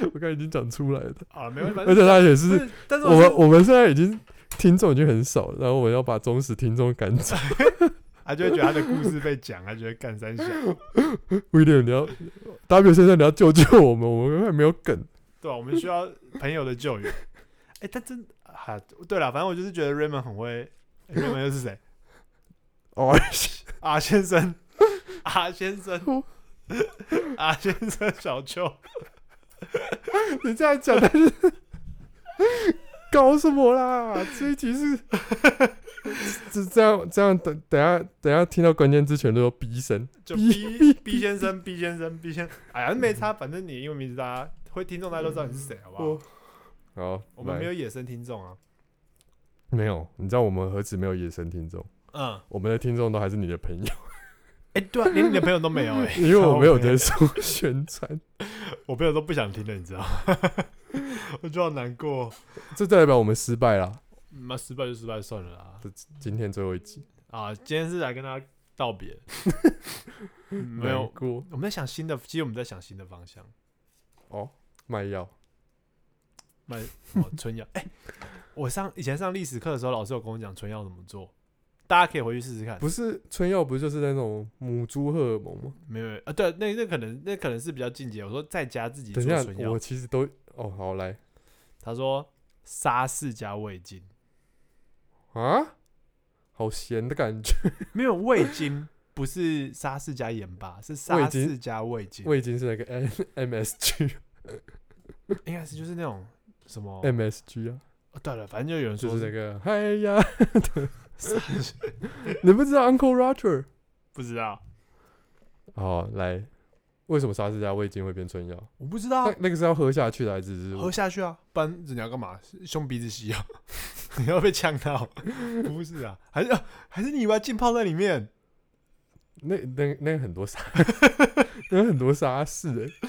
S1: 我刚才已经讲出来了，
S2: 啊，没问题，反
S1: 而
S2: 正
S1: 且他也
S2: 不
S1: 是
S2: 是，但是
S1: 我
S2: 我
S1: 们
S2: 是
S1: 我们现在已经听众已经很少了，然后我要把忠实听众赶 走。
S2: 他就会觉得他的故事被讲，他就会干三下，
S1: 威廉，你要 W 先生，你要救救我们，我们还没有梗。
S2: 对啊吧、我们需要朋友 的救援。哎、但真啊，对了，反正我就是觉得 Raymond 很会、欸、，Raymond 又是谁？
S1: 哦，
S2: 阿先生，阿先生，阿先生，小邱，
S1: 你这样讲，但 是搞什么啦？这一集 是这这样这样，等等下等下听到关键字全都有逼声。
S2: 就 B B 先生，B 先生，B 先生，哎呀，没差，反正你英文名字大家会听众，大家都知道你是谁，好不好？
S1: 好，
S2: 我们没
S1: 嗯来
S2: 有野生听众啊，
S1: 没有，你知道我们何止没有野生听众，
S2: 嗯，
S1: 我们的听众都还是你的朋 友，
S2: 哎、对啊，连你的朋友 都没有哎、
S1: 因为我没有
S2: 的
S1: 在，做宣传，
S2: 我朋友都不想听了，你知道吗？ 我就好难过，
S1: 这代表我们失败了。
S2: 嗯那失败就失败算了啦。
S1: 今天最后一集，
S2: 啊，今天是来跟大家道别，嗯没
S1: 难
S2: 有，
S1: 过
S2: 我们在想新的，其实我们在想新的方向。
S1: 哦，卖药
S2: 卖哦 春药。哎、我上以前上历史课的时候，老师有跟我讲春药怎么做，大家可以回去试试看。
S1: 不是春药，不就是那种母猪荷尔蒙吗？
S2: 没有没有啊，对，那那可能那可能是比较进阶。我说在家自己做
S1: 等一下
S2: 春，
S1: 我
S2: 药，
S1: 其实都哦，好来
S2: 他说沙士加味精，
S1: 啊，好咸的感觉。
S2: 没有味精。不是沙士加盐巴，是沙
S1: 味精
S2: 士加味精，
S1: 我已经是那个 M MSG
S2: 应该是就是那种什么。
S1: MSG 啊，
S2: 哦对了，反哎正就有人
S1: 就
S2: 说
S1: 是那个嗨呀，
S2: 沙士，
S1: 你不知道 Uncle Roger？
S2: 不知道，哦
S1: 好，来，为什么沙士加味精会变春药？
S2: 我不知道
S1: 那，那个是要喝下去的，还是只是
S2: 哦喝下去啊，不然人家干嘛？凶鼻子吸啊？ 你要被呛到？ 不是啊，还是还是你把它浸泡在里面？
S1: 那那那个很多沙， 那个很多沙 士、欸，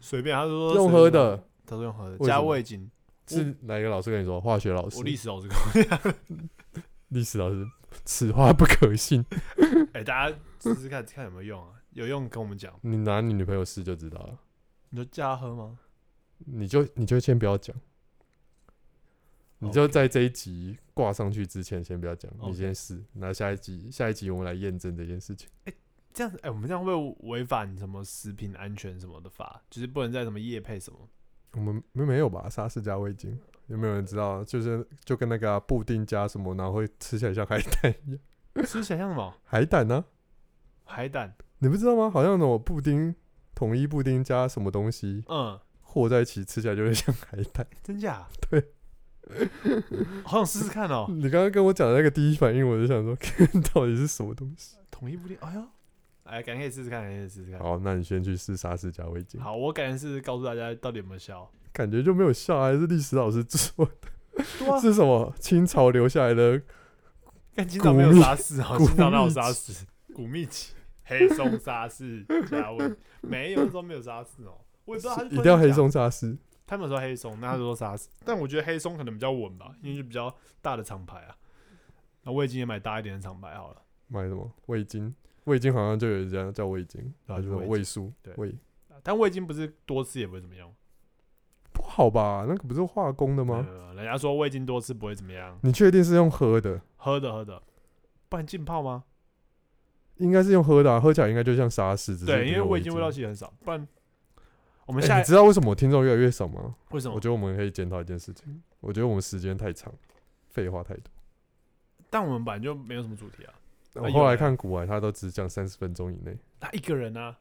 S2: 随便，他说
S1: 用喝，的
S2: 他说用喝的，
S1: 为什么
S2: 加味精。
S1: 是哪一个老师跟你说？化学老师
S2: 我、历史老师跟我讲，
S1: 历史老师，此话不可信。
S2: 哎、大家试试看，看有没有用啊？有用跟我们讲，
S1: 你拿你女朋友试就知道了，
S2: 你就叫他喝吗？
S1: 你就你就先不要讲，你就在这一集挂上去之前先不要讲，你
S2: OK
S1: 先试，那下一集下一集我们来验证这件事情。
S2: 这样子，哎、我们这样会不会违反什么食品安全什么的法？就是不能在什么夜配什么？
S1: 我们没没有吧？沙士加味精，有没有人知道？就是就跟那个啊、布丁加什么，然后会吃起来像海胆一样，
S2: 吃起来像什么？
S1: 海胆呢、
S2: 海胆？
S1: 你不知道吗？好像那种布丁，统一布丁加什么东西
S2: 嗯，
S1: 和在一起，吃起来就会像海胆。
S2: 真假？
S1: 对，
S2: 好想试试看哦。
S1: 你刚刚跟我讲的那个第一反应，我就想说， 到底是什么东西？
S2: 统一布丁，哎呦，哎，赶紧可以试试看，赶紧可以试试看。
S1: 好，那你先去试沙士加味精，
S2: 好，我改天试试告诉大家到底有没有效。
S1: 感觉就没有效啊，还是历史老师做
S2: 对啊，
S1: 是什么清朝留下来的？
S2: 但清朝没有
S1: 古密
S2: 杀死啊，
S1: 古
S2: 清朝哪有
S1: 密
S2: 杀
S1: 集
S2: 死？古密集，黑松沙士加温，没有那时候没有沙士哦，我也不知道他是
S1: 一定要
S2: 分
S1: 黑
S2: 享
S1: 松沙士。
S2: 他们说黑松，那他说沙士，但我觉得黑松可能比较稳吧，因为是比较大的厂牌啊。那我已经也买大一点的厂牌好了，
S1: 买什么味精？味精好像就有一家叫味精，
S2: 对
S1: 还
S2: 啊
S1: 是
S2: 就
S1: 什么
S2: 味
S1: 味素
S2: 对？
S1: 味
S2: 但我已经不是多吃也不会怎么样
S1: 不好吧？那个不是化工的吗？
S2: 呃人家说味精多吃不会怎么样，
S1: 你确定是用喝的？
S2: 喝的喝的，不然浸泡吗？
S1: 应该是用喝的、啊，喝起来应该就像沙士。只是
S2: 对，
S1: 没
S2: 因为
S1: 有
S2: 味
S1: 味
S2: 精味道其实很少，不然我们
S1: 哎
S2: 下
S1: 你知道为什么我听众越来越少吗？
S2: 为什么
S1: 我？觉得我们可以检讨一件事情，我觉得我们时间太长，废话太多。
S2: 但我们本来就没有什么主题啊，
S1: 我
S2: 有
S1: 后
S2: 欸
S1: 来看古玩，他都只讲三十分钟以内、
S2: 他一个人啊，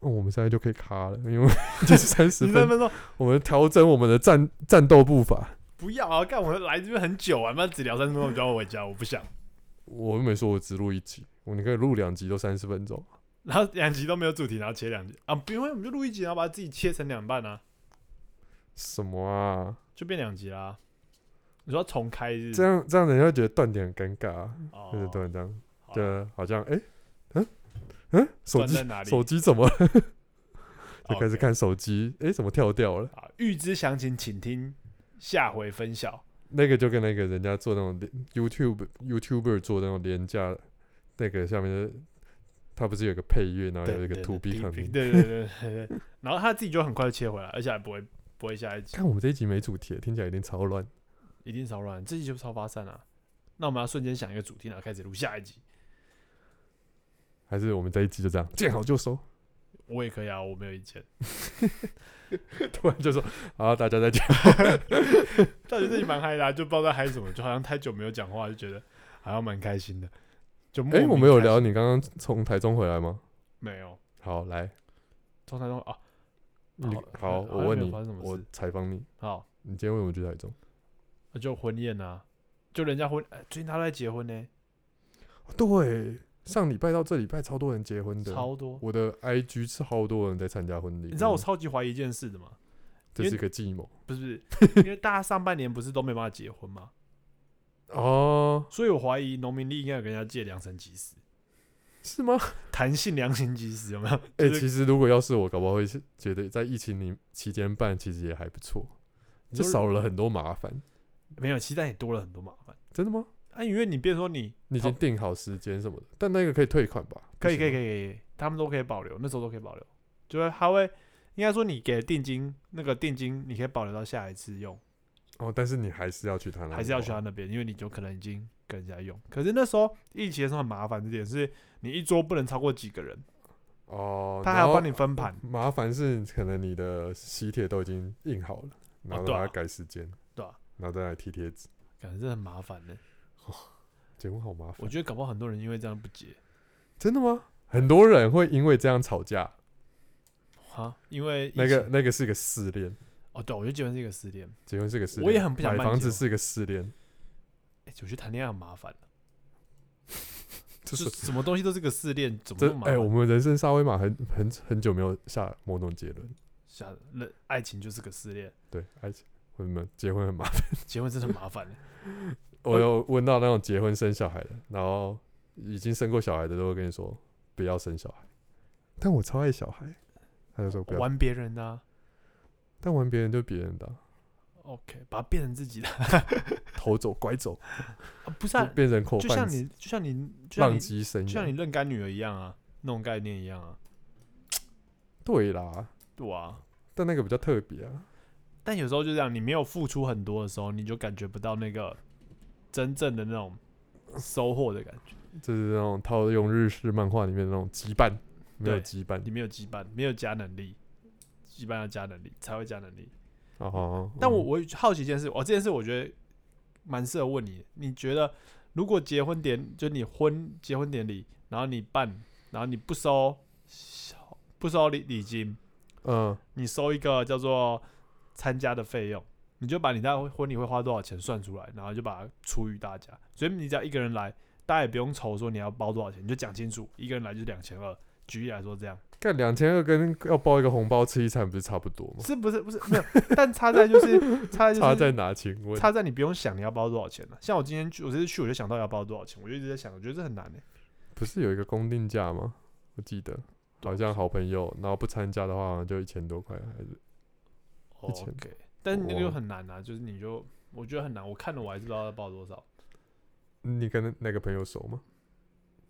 S1: 哦我们现在就可以卡了，因为 就是三十
S2: 你分
S1: 分，
S2: 分钟
S1: 我们调整我们的战战斗步伐。
S2: 不要啊！干，我来这边很久啊，妈只聊三十分钟就要回家，我不想。
S1: 我又没说我只录一集，我你可以录两集都三十分钟。
S2: 然后两集都没有主题，然后切两集啊，不因为我们就录一集，然后把自己切成两半啊，
S1: 什么啊？
S2: 就变两集啦。你说重开日
S1: 这样这样人家会觉得断点很尴尬、啊，
S2: 哦
S1: 就是断这样，
S2: 好啦
S1: 对，好像哎，诶嗯、嗯，手
S2: 断在
S1: 机
S2: 哪里？
S1: 手机怎么了？就
S2: 哦
S1: 开始看手机，哎、怎么跳掉了？
S2: 啊，预知详情请听下回分晓。
S1: 那个就跟那个人家做那种廉 YouTube YouTuber 做那种廉价，那个下面的他不是有个配乐，然后
S2: 对
S1: 有一个
S2: 对
S1: To
S2: 对
S1: B
S2: 对
S1: c o
S2: 对
S1: m
S2: 对对对对对，然后他自己就很快就切回来，而且还不会不会下一集，
S1: 看我们这一集没主题，听起来一定超乱。
S2: 一定超乱，这集就超发散啊。那我们要瞬间想一个主题，然后开始录下一集。
S1: 还是我们这一集就这样见好就收，
S2: 我也可以啊，我没有意见。
S1: 突然就说好，大家再见。
S2: 但是自己蛮嗨的、啊，就不知道在嗨什么，就好像太久没有讲话，就觉得好像蛮开心的。就
S1: 哎、
S2: 哎、
S1: 我们有聊你刚刚从台中回来吗？
S2: 没有？
S1: 好，来，
S2: 从台中啊，
S1: 你
S2: 好
S1: 好，
S2: 好像
S1: 我问
S2: 没有
S1: 你
S2: 发生什么，
S1: 我
S2: 事
S1: 采访你，
S2: 好，
S1: 你今天为什么去台中？
S2: 那就婚宴啊，就人家婚，哎最近他在结婚呢、
S1: 对，上礼拜到这礼拜超多人结婚的，
S2: 超多。
S1: 我的 IG 超多人在参加婚礼。
S2: 你知道我超级怀疑一件事的吗？
S1: 这
S2: 因为
S1: 是个计谋
S2: 不是，因为大家上半年不是都没办法结婚吗？
S1: 哦？
S2: 所以我怀疑农民力应该有跟人家借良辰吉时，
S1: 是吗？
S2: 弹性良辰吉 时有没有？
S1: 哎、
S2: 就是
S1: 其实如果要是我，搞不好会是觉得在疫情里期间办，其实也还不错，
S2: 你
S1: 就
S2: 说
S1: 少了很多麻烦。
S2: 没有，其实但也多了很多麻烦。
S1: 真的吗？
S2: 啊，因为你变成说你
S1: 你已经定好时间什么的，但那个可以退款吧？
S2: 可以可以可
S1: 以。
S2: 以可以，他们都可以保留，那时候都可以保留，就是他会应该说你给的定金那个定金你可以保留到下一次用，
S1: 哦，但是你还是要去他那里玩，
S2: 还是要去他那边，因为你就可能已经跟人家
S1: 哦
S2: 用。可是那时候疫情的时候很麻烦的点是，你一桌不能超过几个人，
S1: 哦，
S2: 他还
S1: 然
S2: 要
S1: 后
S2: 帮你分盘，
S1: 麻烦是可能你的喜帖都已经印好了，然后
S2: 对
S1: 让
S2: 啊
S1: 它改时间，
S2: 对啊
S1: 然后再来贴贴纸，
S2: 感觉真的很麻烦呢、
S1: 结婚好麻烦
S2: 我。觉得搞不好很多人因为这样不结
S1: 真的吗？很多人会因为这样吵架，
S2: 啊，因为疫
S1: 那个
S2: 情
S1: 那个是个试炼，
S2: 哦，对，我觉得结婚是一个失恋，
S1: 结婚是个试炼，
S2: 我也很不想
S1: 买
S2: 办
S1: 房
S2: 结
S1: 子
S2: 婚
S1: 是个试 炼，
S2: 哎、我觉得谈恋爱很麻烦，啊
S1: 就
S2: 就是是什么东西都是个失恋，怎么那
S1: 这
S2: 么麻
S1: 哎、我
S2: 烦？
S1: 们人生沙威玛很很很久没有下某种结论，
S2: 吓人，那爱情就是个失恋，
S1: 对爱情。为什么结婚很麻烦？
S2: 结婚真的 很麻烦、欸。
S1: 我有问到那种结婚生小孩的，然后已经生过小孩的都会跟你说不要生小孩，但我超爱小孩，他就说不要，
S2: 玩别人的啊、
S1: 但玩别人就别人的啊、
S2: OK，把它变成自己的，
S1: 头走拐 走，
S2: 啊、不是、
S1: 就
S2: 啊，
S1: 变成口
S2: 就像
S1: 贩子，
S2: 你，就像你，就像
S1: 浪
S2: 你，
S1: 迹生
S2: 就像
S1: 涯
S2: 你。认干女儿一样啊，那种概念一样啊，
S1: 对啦，
S2: 对啊。
S1: 但那个比较特别啊。
S2: 但有时候就这样，你没有付出很多的时候，你就感觉不到那个真正的那种收获的感觉，
S1: 就是那种套用日式漫画里面的那种羁绊，没有
S2: 对
S1: 羁绊
S2: 你。没有羁绊，没有加能力，羁绊要加能力才会加能力。
S1: 哦哦，
S2: 但我
S1: 嗯
S2: 我好奇一件事，哦我、这件事我觉得蛮适合问你，你觉得如果结婚典就你婚结婚典礼，然后你办，然后你不收不收礼礼金，
S1: 嗯，
S2: 你收一个叫做参加的费用，你就把你在婚礼会花多少钱算出来，然后就把它除以大家。所以你只要一个人来，大家也不用愁说你要包多少钱，你就讲清楚，一个人来就是两千二。举例来说，这样
S1: 干两千二跟要包一个红包吃一餐不是差不多吗？
S2: 是不是不是没有？但差在就是差在就是
S1: 差在哪？请问？
S2: 差在你不用想你要包多少钱了、像我欸今天去，我这次去我就想到要包多少钱，我就一直在想，我觉得这很难呢、
S1: 不是有一个公定价吗？我记得
S2: 多
S1: 好像好朋友，然后不参加的话，好像就一千多块，还是一千
S2: OK，但那个
S1: 我
S2: 就很难啊，就是你就我觉得很难，我看了我还是不知道要报多少。
S1: 你跟那个朋友熟吗？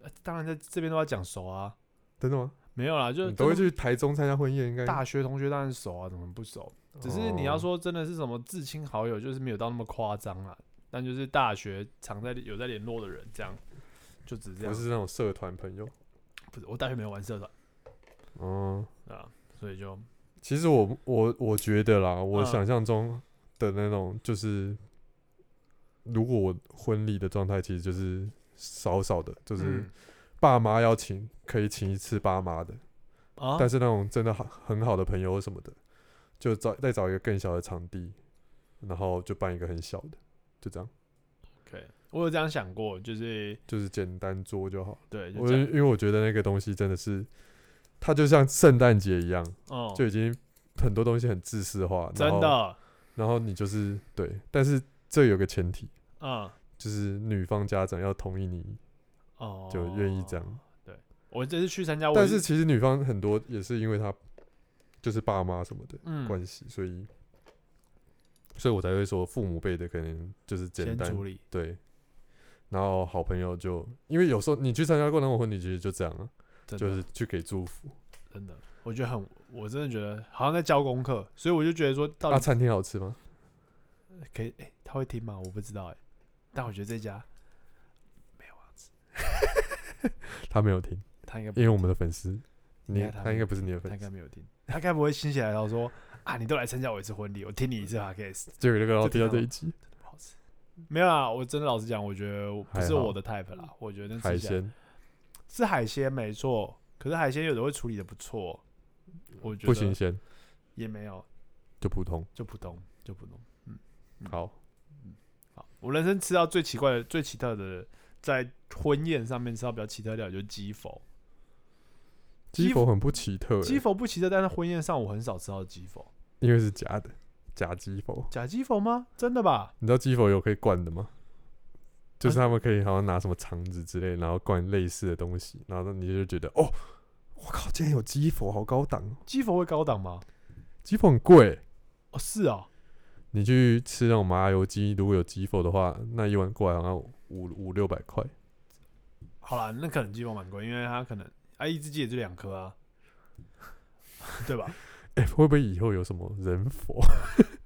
S2: 呃当然在这边都要讲熟啊，
S1: 真的吗？
S2: 没有啦，就
S1: 你都会
S2: 真
S1: 去台中参加婚宴，应该
S2: 的大学同学当然熟啊，怎么不熟？只是你要
S1: 哦
S2: 说真的是什么至亲好友，就是没有到那么夸张啦。但就是大学常在有在联络的人，这样就只是这
S1: 不
S2: 样。
S1: 是那种社团朋友
S2: 不是，我大学没有玩社团
S1: 哦。
S2: 啊，所以就
S1: 其实我我我觉得啦，我
S2: 嗯
S1: 想象中的那种就是，如果我婚礼的状态其实就是少少的，就是
S2: 嗯
S1: 爸妈要请可以请一次爸妈的，
S2: 啊
S1: 但是那种真的很很好的朋友什么的，就找再找一个更小的场地，然后就办一个很小的，就这样，
S2: ，OK，我有这样想过，就是
S1: 就是简单桌就好。
S2: 对，就
S1: 我
S2: 这样，
S1: 因为我觉得那个东西真的是，它就像圣诞节一样，
S2: 哦、
S1: 就已经很多东西很自私化，然
S2: 真
S1: 后
S2: 的，
S1: 然后你就是对，但是这有个前提，
S2: 嗯，
S1: 就是女方家长要同意你
S2: 哦，
S1: 就愿意这样。。
S2: 我这次去参加，我
S1: 但是其实女方很多也是因为她就是爸妈什么的
S2: 嗯，
S1: 关系，所以所以我才会说父母辈的可能就是简
S2: 先
S1: 单
S2: 处理，
S1: 对，然后好朋友就因为有时候你去参加过那种婚礼，其实就这样啊，
S2: 真的
S1: 就是去给祝福。
S2: 真的，我觉得很，我真的觉得好像在教功课，所以我就觉得说，到
S1: 啊，
S2: 底
S1: 餐厅好吃吗？
S2: 可以，哎、他会听吗？我不知道哎、但我觉得这家
S1: 他没有听，
S2: 他应该不
S1: 因为我们的粉丝，
S2: 应
S1: 你
S2: 该他
S1: 他
S2: 没
S1: 应
S2: 有
S1: 该不是你的
S2: 他
S1: 粉
S2: 应该
S1: 丝，
S2: 没有听，他该不会心血来潮说 啊，你都来参加我一次婚礼，我听你一次
S1: 嗯
S2: podcast，
S1: 结果那个老
S2: 就
S1: 听
S2: 听
S1: 到这
S2: 到
S1: 一集，
S2: 不好吃。没有啊，我真的老实讲，我觉得我不
S1: 还
S2: 是
S1: 好
S2: 我的 type 啦。我觉得那吃
S1: 海
S2: 起来
S1: 鲜
S2: 是海鲜没错，可是海鲜有的会处理的不错，我觉
S1: 不新
S2: 得
S1: 鲜
S2: 也没有，
S1: 就普通。
S2: 就普通，就普通。嗯
S1: 好，
S2: 好，我人生吃到最奇怪的、最奇特的，在婚宴上面吃到比较奇特的料理就是鸡佛。
S1: 鸡
S2: 鸡
S1: 佛很不奇特欸，
S2: 鸡佛不奇特，但是婚宴上我很少吃到鸡佛。
S1: 因为是假的，假鸡佛。
S2: 假鸡佛吗？真的吧？
S1: 你知道鸡佛有可以灌的吗？就
S2: 啊
S1: 是他们可以好像拿什么肠子之类，然后灌类似的东西，然后你就觉得哦，我靠，竟然有鸡佛，好高档哦！
S2: 鸡佛会高档吗？
S1: 鸡佛很贵欸，
S2: 哦，是哦，
S1: 你去吃那种麻油鸡，如果有鸡佛的话，那一碗过来好像五五六百块。
S2: 好啦，那可能鸡毛蛮贵，因为它可能啊一只鸡也就两颗啊，对吧？
S1: 哎、会不会以后有什么人佛？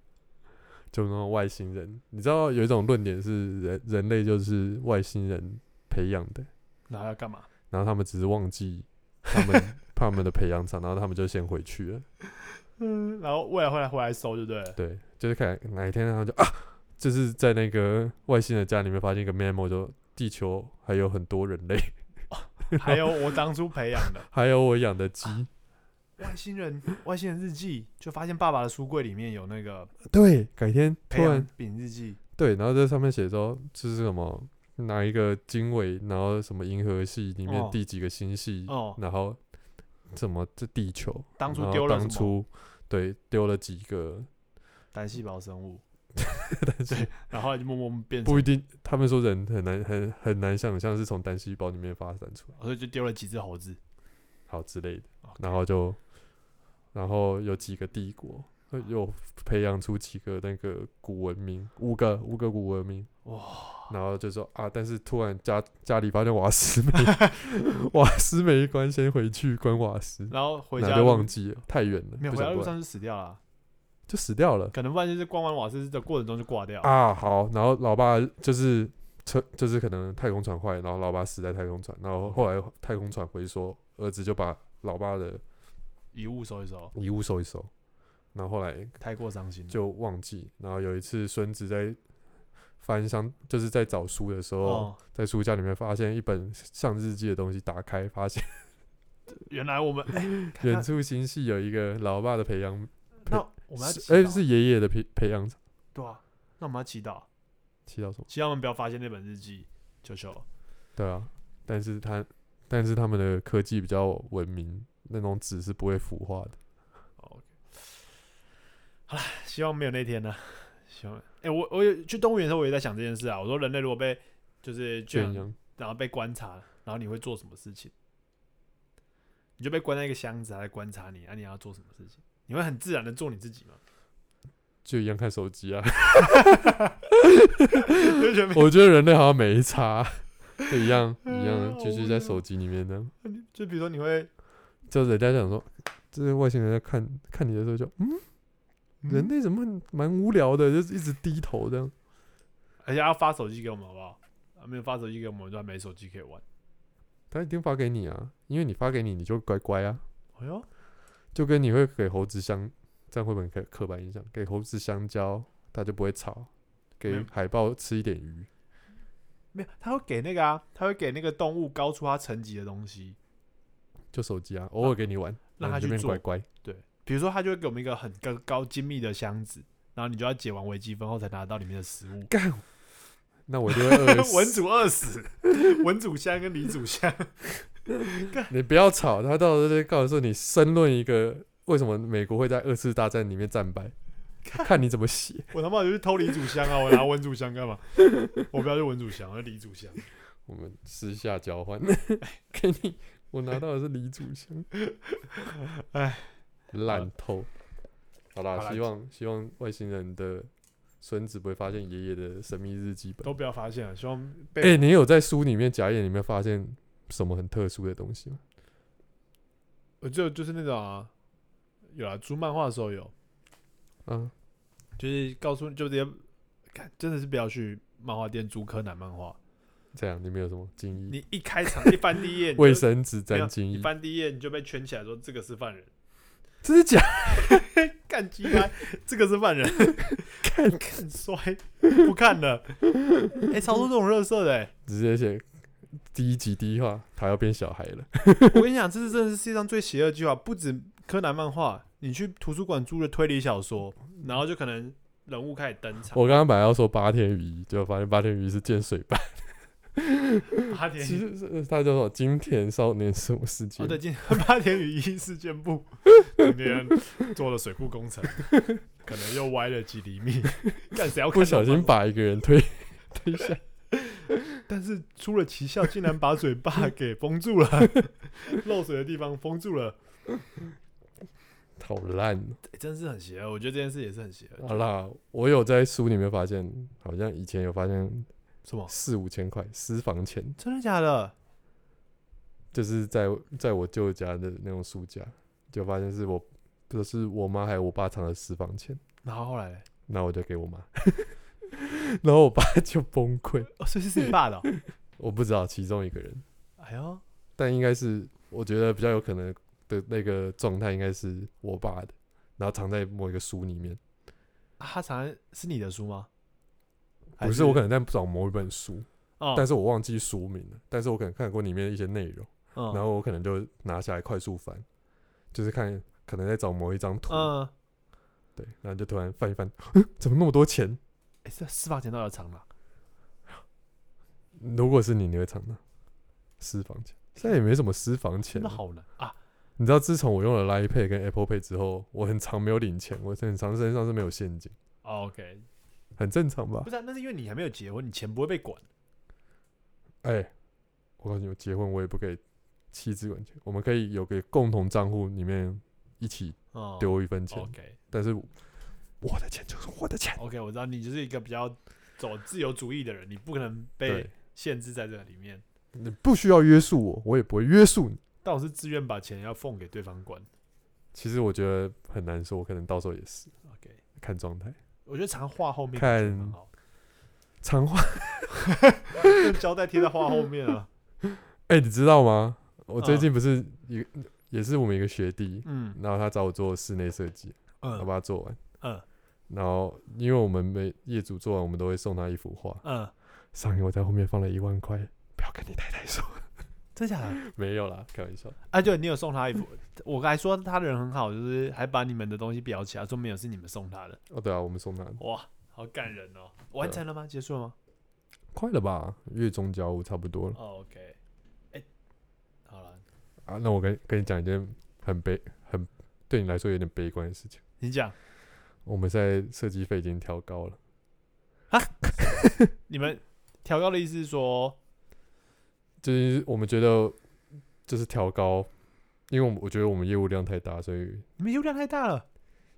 S1: 就那种外星人，你知道有一种论点是人人类就是外星人培养的，
S2: 然后要干嘛？
S1: 然后他们只是忘记他们他们的培养场，然后他们就先回去了。
S2: 嗯，然后未来会来回来收，就对了。
S1: 对，就是看哪一天他们就啊，就是在那个外星人家里面发现一个 memo，就地球还有很多人类，
S2: 哦还有啊我当初培养的
S1: 还有我养的鸡。
S2: 外星人， 外星人日记，就发现爸爸的书柜里面有那个
S1: 对，改天突
S2: 培养
S1: 然
S2: 饼日记，
S1: 对，然后在上面写说就是什么哪一个经纬，然后什么银河系里面
S2: 哦
S1: 第几个星系，
S2: 哦
S1: 然后怎么这地球
S2: 当初
S1: 然后
S2: 丢了
S1: 当
S2: 什么
S1: 初对丢了几个，
S2: 单细胞 生物，
S1: 但是
S2: 然后后来就默默变成
S1: 不一，定，他们说人很难很很难想象是从单细胞里面发展出来，
S2: 所以就丢了几只猴子。
S1: 好之类的
S2: OK。
S1: 然后就，然后有几个帝国，呃有培养出几个那个古文明，五个五个古文明。
S2: 哇，
S1: 然后就说啊，但是突然家家里发现瓦斯没 瓦斯没关，先回去关瓦斯，
S2: 然后回
S1: 然
S2: 家
S1: 后就
S2: 路
S1: 忘记了，太远了，
S2: 没有
S1: 不
S2: 回家
S1: 想
S2: 路
S1: 过来，
S2: 上就死掉了啊，
S1: 就死掉了
S2: 可能不然就是逛完瓦斯的过程中就挂掉。
S1: 啊。好，然后老爸就是。车就是可能太空船坏，然后老爸死在太空船，然后后来太空船回收，儿子就把老爸的
S2: 遗物收一收，
S1: 遗物收一收，然后后来
S2: 太过伤心了。
S1: 就忘记。然后有一次，孙子在翻箱，就是在找书的时候，
S2: 哦，
S1: 在书架里面发现一本像日记的东西，打开发现
S2: 原来我们哎，看
S1: 远处星系有一个老爸的培养，
S2: 那我们要
S1: 是哎、
S2: 祈祷
S1: 是爷爷的培培养场，
S2: 对啊，那我们要祈祷，
S1: 祈祷什么？
S2: 祈祷我们不要发现那本日记，求求了。
S1: 对啊，但是他但是他们的科技比较文明，那种纸是不会腐化的。
S2: 好，OK，好啦，希望没有那天呢、希望，哎、我我有去动物园的时候，我也在想这件事啊。我说人类如果被就是圈
S1: 圈，养
S2: 然后被观察，然后你会做什么事情？你就被关在一个箱子，他在观察你，啊，你要做什么事情？你会很自然的做你自己吗？
S1: 就一样看手机啊。
S2: 就觉得没
S1: 我觉得人类好像没差，啊就一样一样
S2: 嗯，
S1: 继
S2: 好无
S1: 续在
S2: 聊
S1: 手机里面呢。
S2: 就比如说你会
S1: 就人家想说，这些外星人在看看你的时候就，嗯，
S2: 嗯
S1: 人类怎么很蛮无聊的，就是一直低头这样。
S2: 而且要发手机给我们好不好？啊，没有发手机给我们，我们就没手机可以玩。
S1: 他一定发给你啊，因为你发给你，你就乖乖啊，
S2: 哎呦，
S1: 就跟你会给猴子香，这样会不会刻刻板印象？给猴子香蕉，它就不会吵；
S2: 没
S1: 给
S2: 有
S1: 海豹吃一点鱼，
S2: 没有，他会给那个啊，他会给那个动物高出它层级的东西。
S1: 就手机啊，偶尔给你玩，然
S2: 让
S1: 后
S2: 它
S1: 你就
S2: 去
S1: 变
S2: 做
S1: 乖乖。
S2: 对，比如说他就会给我们一个很高高精密的箱子，然后你就要解完微积分后才拿到里面的食物。
S1: 干，那我就会 饿
S2: 文
S1: 死。
S2: 主饿死， 文主香跟李主香，
S1: 你不要吵，他到时候就告诉你申论一个为什么美国会在二次大战里面战 败，看你怎么写。
S2: 我他妈就是偷李主香啊！我拿文主香干嘛？我不要去文主香，我要李主香。
S1: 我们私下交 换， 给你，我拿到的是李祖祥，
S2: 哎，
S1: 烂透。好啦，
S2: 好啦
S1: 希望希望外星人的孙子不会发现爷爷的神秘日记本。
S2: 都不要发现啊了，希望
S1: 哎、
S2: 被、
S1: 你有在书里面夹页里面发现什么很特殊的东西吗？
S2: 我就就是那种啊，有啊，租漫画的时候有，
S1: 啊，
S2: 就是告诉就直接，看真的是不要去漫画店租柯南漫画。
S1: 这样你们有什么惊异？
S2: 你一开场一翻第一页，你就
S1: 卫生纸
S2: 没
S1: 沾
S2: 有
S1: 惊
S2: 一
S1: 异，
S2: 翻第一页你就被圈起来说这个是犯人，
S1: 真的假
S2: 干鸡巴，这个是犯 人，看看衰，不看了。哎、超多这种热色的、欸，
S1: 直接写第一集第一话，他要变小孩了。
S2: 我跟你讲，这是真的是世界上最邪恶的计划，不止柯南漫画，你去图书馆租的推理小说，然后就可能人物开始登场，
S1: 我刚刚本来要说八天雨衣，结果发现八天雨衣是建水版，
S2: 八田
S1: 其实是它叫做金田少年什么世界
S2: 哦，？对，今天八田雨衣事件部今天做了水库工程，可能又歪了几厘米，干谁要看
S1: 不小心
S2: 懂吗？
S1: 把一个人推 推下，
S2: 但是出了奇效，竟然把嘴 巴给封住了，漏水的地方封住了，
S1: 好烂哦、
S2: 欸真是很邪恶。我觉得这件事也是很邪恶。
S1: 好啦，我有在书里面发现，好像以前有发现
S2: 什么？
S1: 四五千块私房钱，
S2: 真的假的？
S1: 就是在在我舅家的那种书架，就发现是我，就是我妈还有我爸藏的私房钱，
S2: 然后后来嘞，
S1: 那我就给我妈， 然后我爸就崩溃。
S2: 哦，所以是你爸的哦、
S1: 我不知道其中一个人，
S2: 哎呦，
S1: 但应该是我觉得比较有可能的那个状态，应该是我爸的，然后藏在某一个书里面。
S2: 啊他常常是你的书吗？还
S1: 不是，我可能在找某一本书，
S2: 哦，
S1: 但是我忘记书名了。但是我可能看过里面的一些内容，
S2: 嗯
S1: 然后我可能就拿下来快速翻，就是看可能在找某一张图，
S2: 嗯，
S1: 对，然后就突然翻一 翻，嗯怎么那么多钱？
S2: 哎、这私房钱到底藏哪？
S1: 如果是你，你会藏哪？私房钱，现在也没什么私房钱
S2: 真的
S1: 了。
S2: 好难啊！
S1: 你知道，自从我用了 Line Pay 跟 Apple Pay 之后，我很常没有领钱，我很常身上是没有现金，
S2: 哦 OK，
S1: 很正常吧
S2: 不？是、啊，那是因为你还没有结婚，你钱不会被管。
S1: 哎、我告诉你，我结婚我也不给妻子管钱，我们可以有个共同账户里面一起
S2: 哦、
S1: 丢一分钱，
S2: OK
S1: 但是我的钱就是我的钱，
S2: OK，我知道你就是一个比较走自由主义的人，你不可能被
S1: 对，
S2: 限制在这里面。
S1: 你不需要约束我，我也不会约束你。
S2: 但我是自愿把钱要奉给对方管。
S1: 其实我觉得很难说，我可能到时候也是
S2: OK，
S1: 看状态，
S2: 我觉得常画后面
S1: 看
S2: 感觉很好，
S1: 长话。
S2: 用胶带贴在画后面啊。
S1: 哎、你知道吗？我最
S2: 嗯
S1: 近不是一个、也是我们一个学弟，
S2: 嗯
S1: 然后他找我做室内设计，我
S2: 嗯
S1: 把它做完。
S2: 嗯
S1: 然后，因为我们每业主做完，我们都会送他一幅画。
S2: 嗯，
S1: 上一我在后面放了一万块，不要跟你太太说。
S2: 真假的？
S1: 没有啦，开玩笑。
S2: 啊，对，你有送他一幅，我还说他人很好，就是还把你们的东西裱起来，啊说没有是你们送他的。
S1: 哦，对啊，我们送他
S2: 哇，好感人哦！完成了吗？结束了吗？
S1: 快了吧？月中交屋差不多了
S2: 哦，OK，哎、好了，
S1: 啊。那我跟跟你讲一件很悲、很对你来说有点悲观的事情。
S2: 你讲，
S1: 我们现在设计费已经调高了，
S2: 你们调高的意思是说，
S1: 就是我们觉得就是调高因为我们我觉得我们业务量太大，所以
S2: 你们业务量太大了，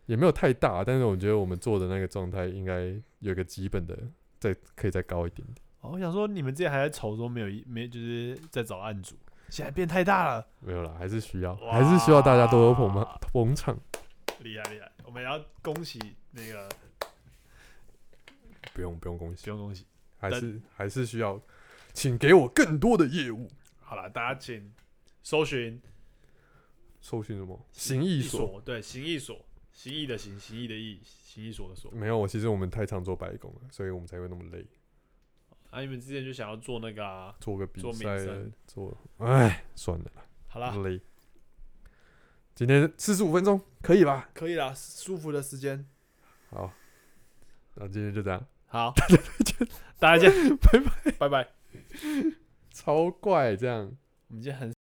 S1: 也没有太大，但是我觉得我们做的那个状态应该有一个基本的，再可以再高一点点。
S2: 哦，我想说你们之前还在愁说没有一没就是在找案主，现在变太大了，
S1: 没有啦，还是需要，还是需要大家多多捧嘛
S2: 哇
S1: 捧场。
S2: 厉害厉害，我们要恭喜那个
S1: 不用不用恭
S2: 不
S1: 喜，
S2: 用恭喜，
S1: 还
S2: 但
S1: 是还是需要，请给我更多的业务。
S2: 好了，大家请搜寻
S1: 搜寻什么？行义所？
S2: 所，对，行义所，行义的行，行义的义，行义所的所。
S1: 没有，其实我们太常做白工了，所以我们才会那么累。
S2: 啊，你们之前就想要做那个啊，
S1: 做个比
S2: 做名
S1: 赛
S2: 声，啊
S1: 做，哎，算了啦，
S2: 好啦，
S1: 累。今天四十五分钟，可以吧？
S2: 可以啦，舒服的时间，
S1: 好，那今天就这样。
S2: 好，大家见，拜拜，拜拜。
S1: 超怪这样。
S2: 我们今天很。